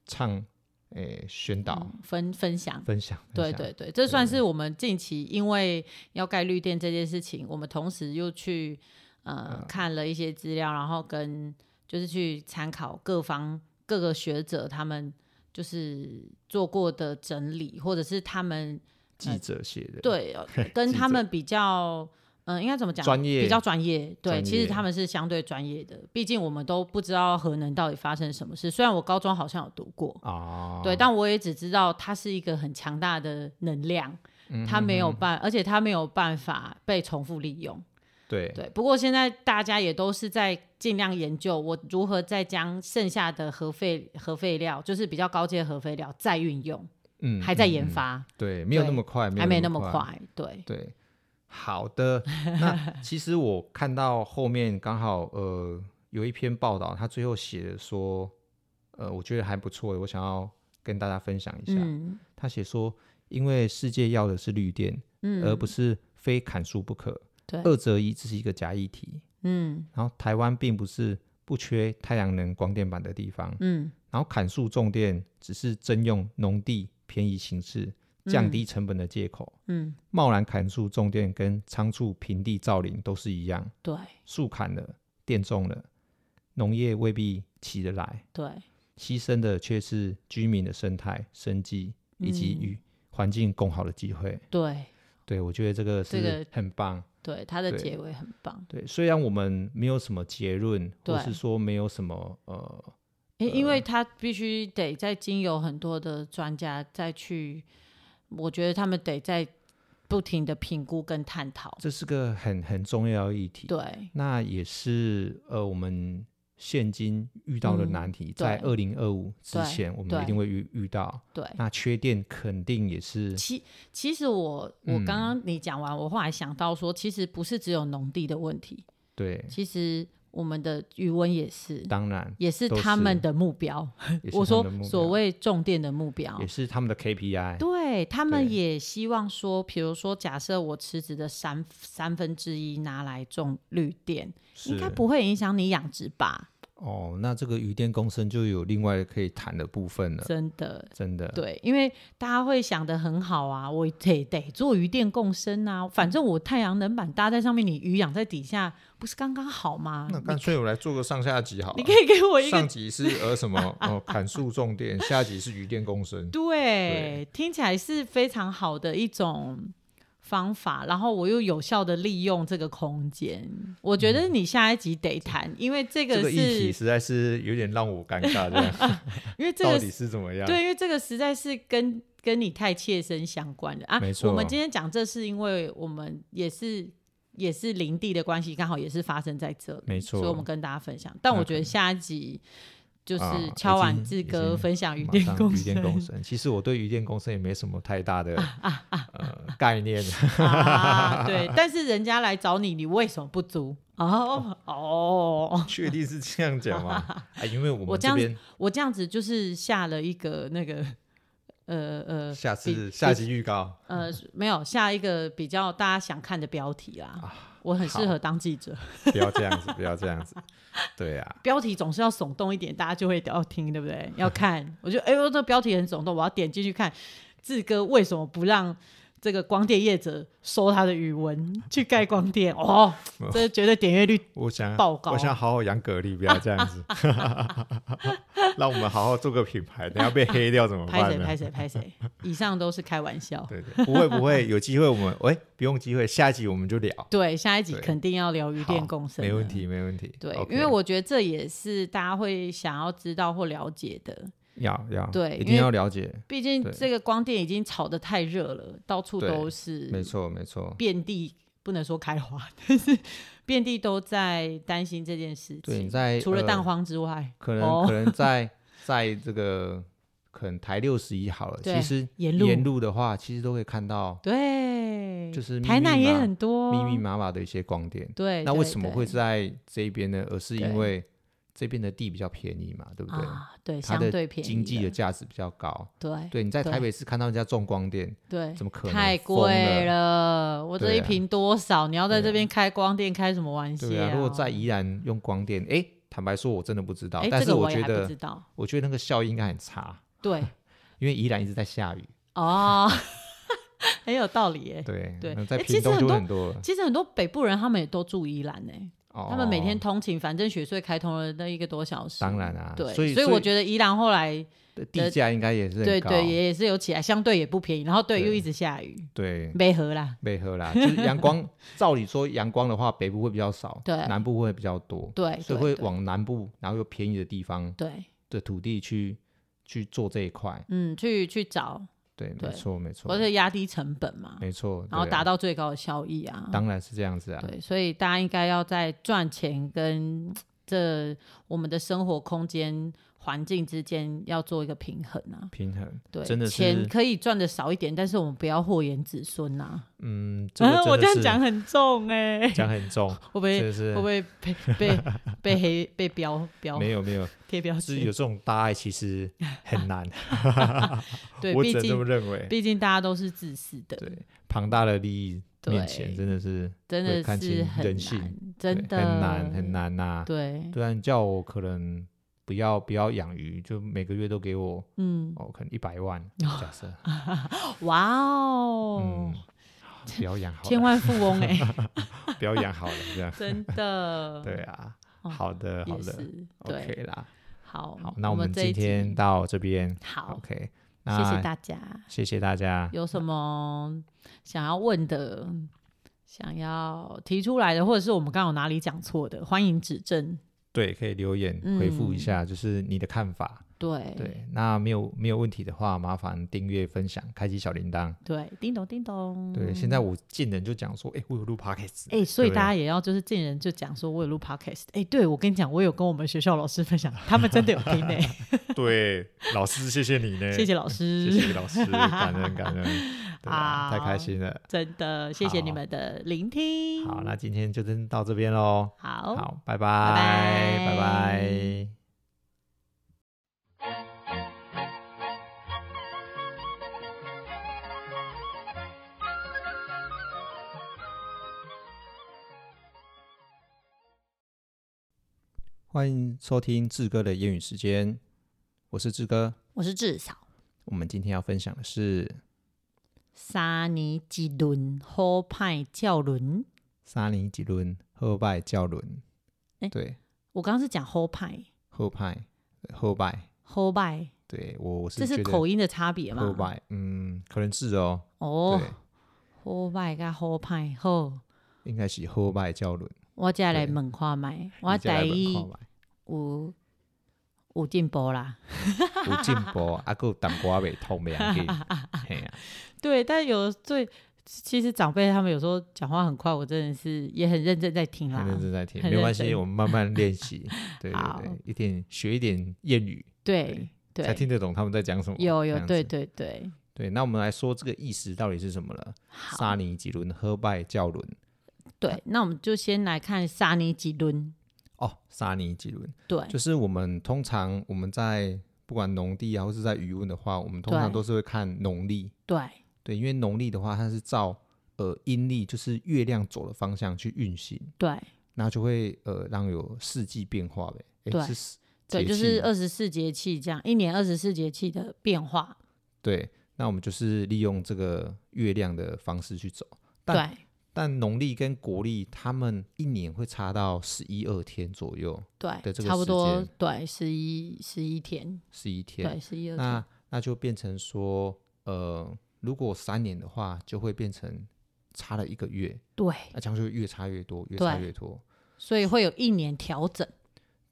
S1: 唱诶宣导、
S2: 嗯分分享。
S1: 分享。分
S2: 对
S1: 享
S2: 对对，这算是我们近期因为要盖绿电这件事情，我们同时又去
S1: 嗯
S2: 呃看了一些资料，然后跟就是去参考各方各个学者他们就是做过的整理，或者是他们
S1: 记者写的，
S2: 对呃
S1: *laughs*
S2: 跟
S1: 记
S2: 他
S1: 者
S2: 们比较，嗯、应该怎么讲？
S1: 专业
S2: 比较专业，对，
S1: 专
S2: 其实
S1: 业
S2: 他们是相对专业的，毕竟我们都不知道核能到底发生什么事。虽然我高中好像有读过，
S1: 啊，
S2: 对，但我也只知道它是一个很强
S1: 嗯
S2: 大的能量，它没有办，而且它没有办法被重复利用，
S1: 对
S2: 对，不过现在大家也都是在尽量研究我如何再将剩下的核废核废料，就是比较高阶的核废料再运用，
S1: 嗯，
S2: 还在
S1: 嗯
S2: 研
S1: 嗯
S2: 发，
S1: 对，没有那
S2: 对
S1: 么快，
S2: 还没
S1: 那
S2: 那么
S1: 快。
S2: 快。对，
S1: 对，好的。那
S2: *laughs*
S1: 其实我看到后面刚好呃有一篇报道，他最后写的说，呃，我觉得还不错，我想要跟大家分享一下。
S2: 嗯
S1: 他写说，因为世界要的是绿电，
S2: 嗯，
S1: 而不是非砍树不可，
S2: 对，
S1: 二择一只是一个假议题。
S2: 嗯
S1: 然后台湾并不是不缺太阳能光电板的地方，
S2: 嗯
S1: 然后砍树种电只是征用农地便宜形式，降
S2: 嗯
S1: 低成本的借口。
S2: 嗯，
S1: 贸然砍树种电跟仓促平地造林都是一样，
S2: 对
S1: 树砍了，电种了，农业未必起得来，
S2: 对，
S1: 牺牲的却是居民的生态、生计以及
S2: 嗯
S1: 与环境共好的机会。
S2: 对
S1: 对，我觉得这个
S2: 这
S1: 是
S2: 个
S1: 很棒。
S2: 对，它的
S1: 对
S2: 结尾很棒。
S1: 对，虽然我们没有什么结论，
S2: 对
S1: 或是说没有什么呃，
S2: 因因为他必须得再经由很多的专家再去，我觉得他们得在不停的评估跟探讨。
S1: 这是个很很重要的议题。
S2: 对，
S1: 那也是呃，我们现今遇到的
S2: 嗯
S1: 难题，在二零二五之
S2: 对
S1: 前，我们一
S2: 对
S1: 定会遇遇到。
S2: 对。
S1: 那缺电肯定也是，
S2: 其其实我我
S1: 嗯
S2: 刚刚你讲完，我后来想到说，其实不是只有农地的问题，
S1: 对，
S2: 其实我们的余温也是，
S1: 当然
S2: 也是
S1: 都
S2: 他们
S1: 是
S2: 的目标。
S1: 也是
S2: 哎我
S1: 他们
S2: 说
S1: 的目
S2: 所
S1: 标
S2: 谓重电的目标
S1: 也，是他们的 KPI，
S2: 对他们
S1: 对
S2: 也希望说，比如说，假设我辞职的三三分之一拿来种绿电，应
S1: 是
S2: 该不会影响你养殖吧？
S1: 哦。那这个余电共生就有另外可以谈的部分了，
S2: 真的。
S1: 真的，
S2: 对，因为大家会想的很好啊，我得得做鱼电共生啊，反正我太阳能板搭在上面，你鱼养在底下，不是刚刚好吗？
S1: 那干脆我来做个上下集好了。
S2: 你可以给我一个
S1: 上集是呃什么
S2: *laughs*
S1: 哦砍树种电，下集是余电共生。
S2: 对，听起来是非常好的一种方法，然后我又有效的利用这个空间。我觉得你下一集得谈，因为这
S1: 嗯这
S2: 个
S1: 个
S2: 是，
S1: 议题实在是有点让我尴尬，这样
S2: 因 *laughs* 为这
S1: 到
S2: 个
S1: 底
S2: 是
S1: 是怎么样？
S2: 对，因为这个实在是跟跟你太切身相关了啊。
S1: 没错
S2: 我们今天讲这是因为我们也是。也是林地的关系，刚好也是发生在这里，
S1: 没错
S2: 所以我们跟大家分享。但我觉得下一集就是
S1: 啊已
S2: 敲碗
S1: 经
S2: 志
S1: 已
S2: 哥
S1: 经
S2: 分享啊鱼
S1: 马
S2: 电
S1: 上
S2: 共
S1: 鱼电
S2: 生
S1: 共生。其实我对鱼电共生也没什么太大的呃概念。 *laughs*
S2: 啊，对，但是人家来找你，你为什么不租？哦哦，
S1: 确定是这样讲吗？
S2: *laughs*
S1: 啊，因为我
S2: 我
S1: 们
S2: 这
S1: 这
S2: 样
S1: 边
S2: 我这样子就是下了一个那个，呃呃
S1: 下
S2: 比
S1: 次下集预告
S2: 呃，没有下一个比较大家想看的标题啦。
S1: 啊
S2: 我很适合当记者，
S1: 不要这样子，不要这样子。对啊，
S2: 标题总是要耸动一点，大家就会要听，对不对？要
S1: *laughs*
S2: 看，我觉得哎呦，这标题很耸动，我要点进去看。志哥为什么不让这个光电业者收他的语文 *laughs* 去盖光电？哦，这绝对点阅率
S1: 我想
S2: 报告
S1: 我想好好养蛤蜊，不要这样
S2: *laughs*
S1: 子。 *laughs* 让我们好好做个品牌，等下被黑掉怎么
S2: 拍
S1: 办
S2: 谁
S1: 呢？
S2: 拍谁
S1: *laughs*
S2: 拍谁，以上都是开玩笑。
S1: 对对，不会不会，有机会我们喂、不用机会，下一集我们就聊。
S2: 对，下一集
S1: 对
S2: 肯定要聊鱼电共生，
S1: 没问。题没问题。
S2: 对
S1: OK
S2: 因为我觉得这也是大家会想要知道或了解的。
S1: 要要
S2: 对
S1: 一
S2: 因
S1: 定
S2: 为
S1: 要了解，
S2: 毕竟
S1: 对
S2: 这个光电已经炒得太热了，到处
S1: 对
S2: 都是，
S1: 没，错没错。
S2: 遍地不能说开花，但是遍地都在担心这件事
S1: 对，你
S2: 情。
S1: 在
S2: 除了
S1: 呃
S2: 蛋黄之外，
S1: 可能、
S2: 哦
S1: 可
S2: *laughs*
S1: 能在在这个可能台六十一好了，
S2: 对
S1: 其实
S2: 沿路
S1: 的话，其实都可以看到
S2: 对，
S1: 就是
S2: 台南
S1: 密密
S2: 也
S1: 麻
S2: 很多，
S1: 密密麻麻的一些光点。
S2: 哦对。
S1: 那为
S2: 对
S1: 什么
S2: 对
S1: 会在这一边呢？而是
S2: 对
S1: 因为这边的地比较便宜嘛，对不对？
S2: 啊？对，
S1: 它
S2: 相
S1: 的
S2: 对便宜，
S1: 经济的，价值比较高。
S2: 对
S1: 对，你在
S2: 对
S1: 台北市看到人家种光电，
S2: 对，
S1: 怎么可能？
S2: 太贵。了，我这
S1: 对
S2: 一
S1: 啊
S2: 瓶多少？你要
S1: 对啊
S2: 在这边开光店，开什么玩笑？
S1: 对啊，如果在宜兰用光电，哎，坦白说，我真的不知道
S2: 哎，。
S1: 但
S2: 这
S1: 是
S2: 个我也
S1: 觉
S2: 还不
S1: 得，
S2: 知道。
S1: 我觉得那个效益应该很差，
S2: 对，
S1: 因为宜兰一直在下雨。
S2: 哦， *laughs* 很有道理耶。
S1: 对
S2: 对
S1: 那在
S2: 诶
S1: 屏
S2: 其实
S1: 东
S2: 很
S1: 就
S2: 多
S1: 会很多了。哦
S2: 其实很多北部人他们也都住宜兰呢，欸他
S1: 他
S2: 们每天通勤，反正雪隧开通了那一个多小时。
S1: 当然啊，
S2: 对，
S1: 所以
S2: 我觉得宜兰后来
S1: 得地价应该也是
S2: 对
S1: 很高，
S2: 对也也是有起来，相对也不便宜，然后对
S1: 对
S2: 又一直下雨，
S1: 对
S2: 没合啦。
S1: 配合啦，就是阳光，照理说阳光的话，北部会比较少，
S2: 对
S1: 南部会比较多，
S2: 对，
S1: 所以
S2: 对
S1: 会往南部，然后又便宜的地方
S2: 对，
S1: 的土地去去做这一块，
S2: 嗯，去去找
S1: 对，
S2: 对
S1: 没错，没
S2: 或
S1: 错，
S2: 者压低成本嘛，
S1: 没错。
S2: 然后
S1: 对啊
S2: 达到最高的效益啊。
S1: 当然是这样子啊，
S2: 对，所以大家应该要在赚钱跟这我们的生活空间、环境之间要做一个平衡啊。
S1: 平衡。
S2: 对，
S1: 真的
S2: 钱
S1: 是
S2: 可以赚的少一点，但是我们不要祸延子孙呐、啊。
S1: 嗯，这个
S2: 啊我
S1: 真的
S2: 这样
S1: 是
S2: 讲很重哎、
S1: 讲很重，
S2: *laughs* 会不会
S1: 这
S2: 会
S1: 个是
S2: 不会
S1: *laughs*
S2: 被被被黑被标标
S1: 没有没有，
S2: 贴标
S1: 就是有
S2: 签？
S1: 这种大爱其实很难，
S2: *laughs* 对，
S1: 我
S2: 毕
S1: 只能这么
S2: 竟
S1: 认为。
S2: 毕竟大家都是自私的，
S1: 对，庞大的利益面前，
S2: 对
S1: 真的是
S2: 真
S1: 会
S2: 的
S1: 看
S2: 是
S1: 清
S2: 很
S1: 人
S2: 难，
S1: 性
S2: 真
S1: 对
S2: 的
S1: 很难很。难呐。
S2: 对，
S1: 对啊，你叫我可能不要不要养鱼，就每个月都给我
S2: 嗯，
S1: 哦，可能一百万，假设，
S2: 哇哦。
S1: 嗯，不要养好
S2: 千
S1: 了，
S2: 万富
S1: *laughs*
S2: 翁哎、
S1: 不要养好了，这样。
S2: 真的，
S1: *laughs* 对啊，
S2: *laughs* 哦
S1: 好的好
S2: 也
S1: 的
S2: 是，
S1: ，OK
S2: 对，
S1: 啦。
S2: 好，
S1: 好，那
S2: 我
S1: 我
S2: 们
S1: 们
S2: 这一
S1: 今天
S2: 集
S1: 到这边
S2: 好，
S1: ，OK。
S2: 谢谢
S1: 那
S2: 大家，
S1: 谢谢大家，
S2: 有什么想要问的？想要提出来的，或者是我们刚好哪里讲错的，欢迎指正。
S1: 对，可以留言回复一
S2: 嗯
S1: 下，就是你的看法。
S2: 对
S1: 对，那没有没有问题的话，麻烦订阅、分享、开启小铃铛。
S2: 对叮咚叮咚。
S1: 对，现在我见人就讲说，哎、我有录 podcast，
S2: 嗯哎、所以
S1: 对
S2: 大家也要就是见人就讲说，我有录 podcast。哎、对我跟你讲，我有跟我们学校老师分享，他们真的有
S1: *laughs*
S2: 听哎、
S1: 对，老师谢谢你呢，
S2: 谢谢老师，
S1: 谢谢老师，感恩感
S2: *laughs*
S1: 恩，对啊，
S2: 好
S1: 太开心了。
S2: 真的谢谢你
S1: 好
S2: 们的聆听。
S1: 好，那今天就先到这边喽。
S2: 好，
S1: 好，拜
S2: 拜
S1: 拜拜
S2: 拜
S1: 欢迎收听志哥的谚语时间，我是志哥。
S2: 我是志嫂。
S1: 我们今天要分享的是
S2: 三年一轮好派教轮，
S1: 沙尼几轮后拜教轮，
S2: 诶
S1: 对，
S2: 我刚刚是讲好派，
S1: 后派后拜，
S2: 好派，
S1: 对我我是
S2: 这是
S1: 觉得
S2: 口音的差别
S1: 后
S2: 嘛？
S1: 拜，嗯，可能是哦，
S2: 哦，好派跟好派好，
S1: 对，应该是后拜教轮。
S2: 我再来
S1: 对
S2: 问看麦，我
S1: 你再来
S2: 台
S1: 问
S2: 语
S1: 看麦
S2: 有有进步啦。
S1: 有进
S2: *laughs*
S1: 步，啊，还有淡薄仔袂通袂要紧，嘿啊，
S2: 对，但有最其实长辈他们有时候讲话很快，我真的是也很认真在听啦
S1: 很。认真在听，
S2: 很
S1: 没关
S2: 认
S1: 系，
S2: 真
S1: 我们慢慢练
S2: *laughs*
S1: 习，对对
S2: 好
S1: 对，一点学一点谚语，
S2: 对
S1: 才
S2: 对，
S1: 听得懂他们在讲什么。
S2: 有
S1: 这
S2: 有
S1: 样
S2: 对
S1: 子
S2: 对对，
S1: 对，那我们来说这个意思到底是什么了？
S2: 好
S1: 沙尼几轮，喝拜教轮。
S2: 对，那我们就先来看沙尼吉轮，
S1: 哦，沙尼几轮，
S2: 对
S1: 就是我们通常我们在不管农地啊，或是在渔问的话，我们通常
S2: 对
S1: 都是会看农历，
S2: 对
S1: 对，因为农历的话，它是照呃阴历，就是月亮走的方向去运行，
S2: 对
S1: 那就会呃让有四季变化呗。诶
S2: 对
S1: 是四
S2: 对，
S1: 节
S2: 就是
S1: 气
S2: 二十四节气这样，一年二十四节气的变化，
S1: 对，那我们就是利用这个月亮的方式去走。但
S2: 对
S1: 但农历跟国历，他们一年会差到十一二天左右，
S2: 对
S1: 的，这个
S2: 差不
S1: 时
S2: 多
S1: 间
S2: 对十一十一天，
S1: 十一天。
S2: 对十一二天，
S1: 那那就变成说，呃，如果三年的话，就会变成差了一个月，
S2: 对，
S1: 那这样就越差越多，越差
S2: 对
S1: 越多。
S2: 所以会有一年调整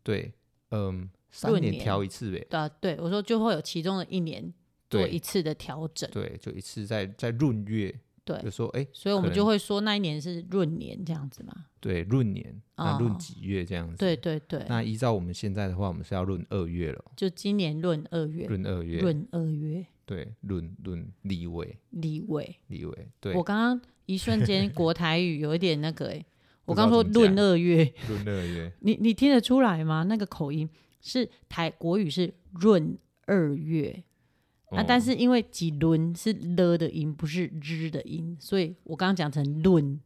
S1: 对，嗯，三
S2: 闰
S1: 年
S2: 年
S1: 调一次呗，
S2: 的，呃对我说就会有其中的一年做一
S1: 对
S2: 次的调整，
S1: 对，就一次在在闰月，
S2: 对
S1: 就说哎、
S2: 所以我们
S1: 可能
S2: 就会说那一年是闰年这样子嘛，
S1: 对，闰年，那闰
S2: 哦
S1: 几月这样子？
S2: 对。对对，
S1: 那依照我们现在的话，我们是要闰二月了，
S2: 就今年闰二月，
S1: 闰二月，
S2: 闰二月
S1: 对，闰闰立位，
S2: 立位，
S1: 立位，对
S2: 我，刚刚一瞬
S1: *laughs*
S2: 间国台语有一点那个哎、我
S1: 不知道
S2: 刚说
S1: 怎么讲
S2: 闰二月。
S1: 闰二月，
S2: 你你听得出来吗？那个口音是台国语是闰二月、 *laughs* 啊，
S1: 哦
S2: 但是因为几轮是了的音，不是日的音，所以我刚刚讲成论
S1: 哦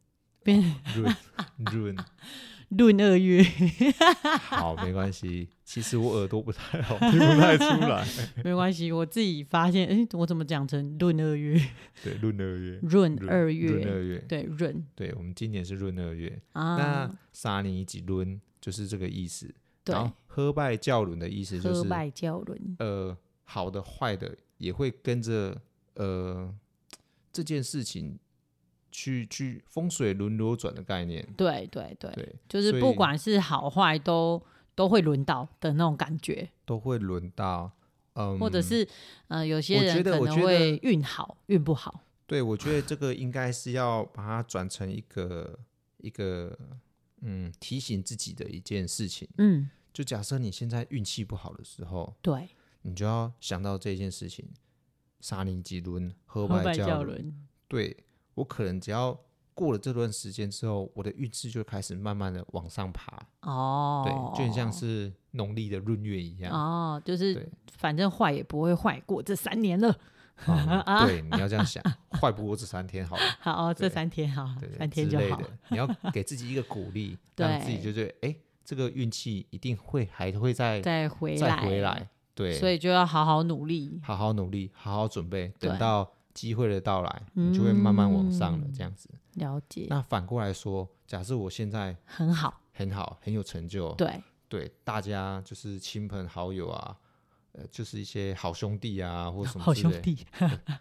S2: *laughs*
S1: 闰闰
S2: 论二月， *laughs*
S1: 好，没关系。其实我耳朵不太
S2: *laughs*
S1: 好，听不太出来。
S2: 没关系，我自己发现，哎、我怎么讲成闰二月？
S1: 对，闰二月，
S2: 闰二
S1: 闰
S2: 月，
S1: 二月。
S2: 对闰
S1: 对，我们今年是闰二月。
S2: 啊
S1: 那，沙尼几轮就是这个意思。
S2: 对，
S1: 然后喝拜教轮的意思就
S2: 喝
S1: 是
S2: 拜教轮，
S1: 呃，好的坏的也会跟着呃这件事情去去风水轮流转的概念。
S2: 对对对，
S1: 对，
S2: 就是
S1: 所以
S2: 不管是好坏都都会轮到的那种感觉，
S1: 都会轮到。嗯，
S2: 或者是呃，有些
S1: 我
S2: 人
S1: 觉得
S2: 可
S1: 我
S2: 能
S1: 觉得
S2: 会运好，运不好。
S1: 对，我觉得这个应该是要把它转成一个一个嗯提醒自己的一件事情。
S2: 嗯，
S1: 就假设你现在运气不好的时候，
S2: 对，
S1: 你就要想到这件事情：沙林几轮，喝
S2: 后
S1: 白
S2: 拜
S1: 教
S2: 教
S1: 轮。
S2: 伦，
S1: 对我可能只要过了这段时间之后，我的运气就开始慢慢的往上爬。
S2: 哦，
S1: 对，就很像是农历的闰月一样。
S2: 哦，就是
S1: 对
S2: 反正坏也不会坏过这三年了。 *laughs*
S1: 啊，对，你要这样想，坏不过这三天好了。
S2: 好，哦这
S1: 对
S2: 三天好，
S1: 对对
S2: 三天
S1: 之
S2: 就
S1: 类
S2: 好。
S1: 的，你要给自己一个鼓
S2: *laughs*
S1: 励，
S2: 对
S1: 让自己就觉得，哎，这个运气一定会还会再
S2: 再回
S1: 再
S2: 来，
S1: 回来，对，
S2: 所以就要好好努力。
S1: 好好努力，好好准备，
S2: 对
S1: 等到机会的到来，你就会慢慢往上了，这样子。
S2: 了解，
S1: 那反过来说，假设我现在
S2: 很好，
S1: 很好，很有成就，
S2: 对，
S1: 对大家就是亲朋好友啊。呃，就是一些好兄弟啊，或什么
S2: 好
S1: 之
S2: 兄
S1: 类、
S2: 弟，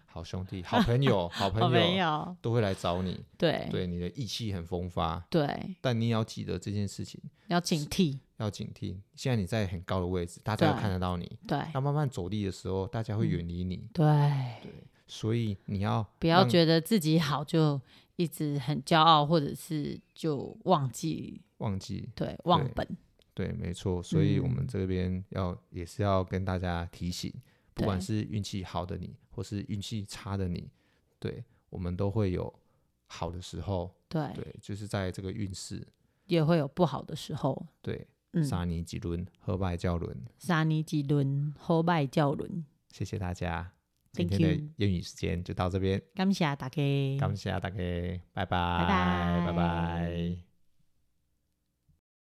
S1: 好兄弟、好朋友、好
S2: *laughs* 好
S1: 朋
S2: 朋
S1: 友
S2: 友，哎
S1: 都会来找你，
S2: 对
S1: 对你的意气很风发，
S2: 对，
S1: 但你也要记得这件事情
S2: 要警惕，
S1: 要警惕。现在你在很高的位置，大家
S2: 对哎
S1: 都看得到你。
S2: 对
S1: 那慢慢走低的时候，大家会远离你，
S2: 对，
S1: 所以你要
S2: 不要
S1: 让
S2: 觉得自己好就一直很骄傲，或者是就忘记
S1: 忘记。
S2: 对忘本，
S1: 对，没错。所以我们
S2: 嗯
S1: 这边要、也是要跟大家提醒，不管
S2: 对
S1: 是运气好的你，或是运气差的你，对我们都会有好的时候。
S2: 对，
S1: 对，就是在这个运势，
S2: 也会有不好的时候。
S1: 对，
S2: 嗯，
S1: 沙尼几轮，喝败教轮。
S2: 沙尼几轮，后拜教轮，
S1: 谢谢大家，今
S2: Thank
S1: 天的
S2: you
S1: 谚语时间就到这边。
S2: 感谢大家，
S1: 感谢大家，拜拜，
S2: 拜拜
S1: 拜拜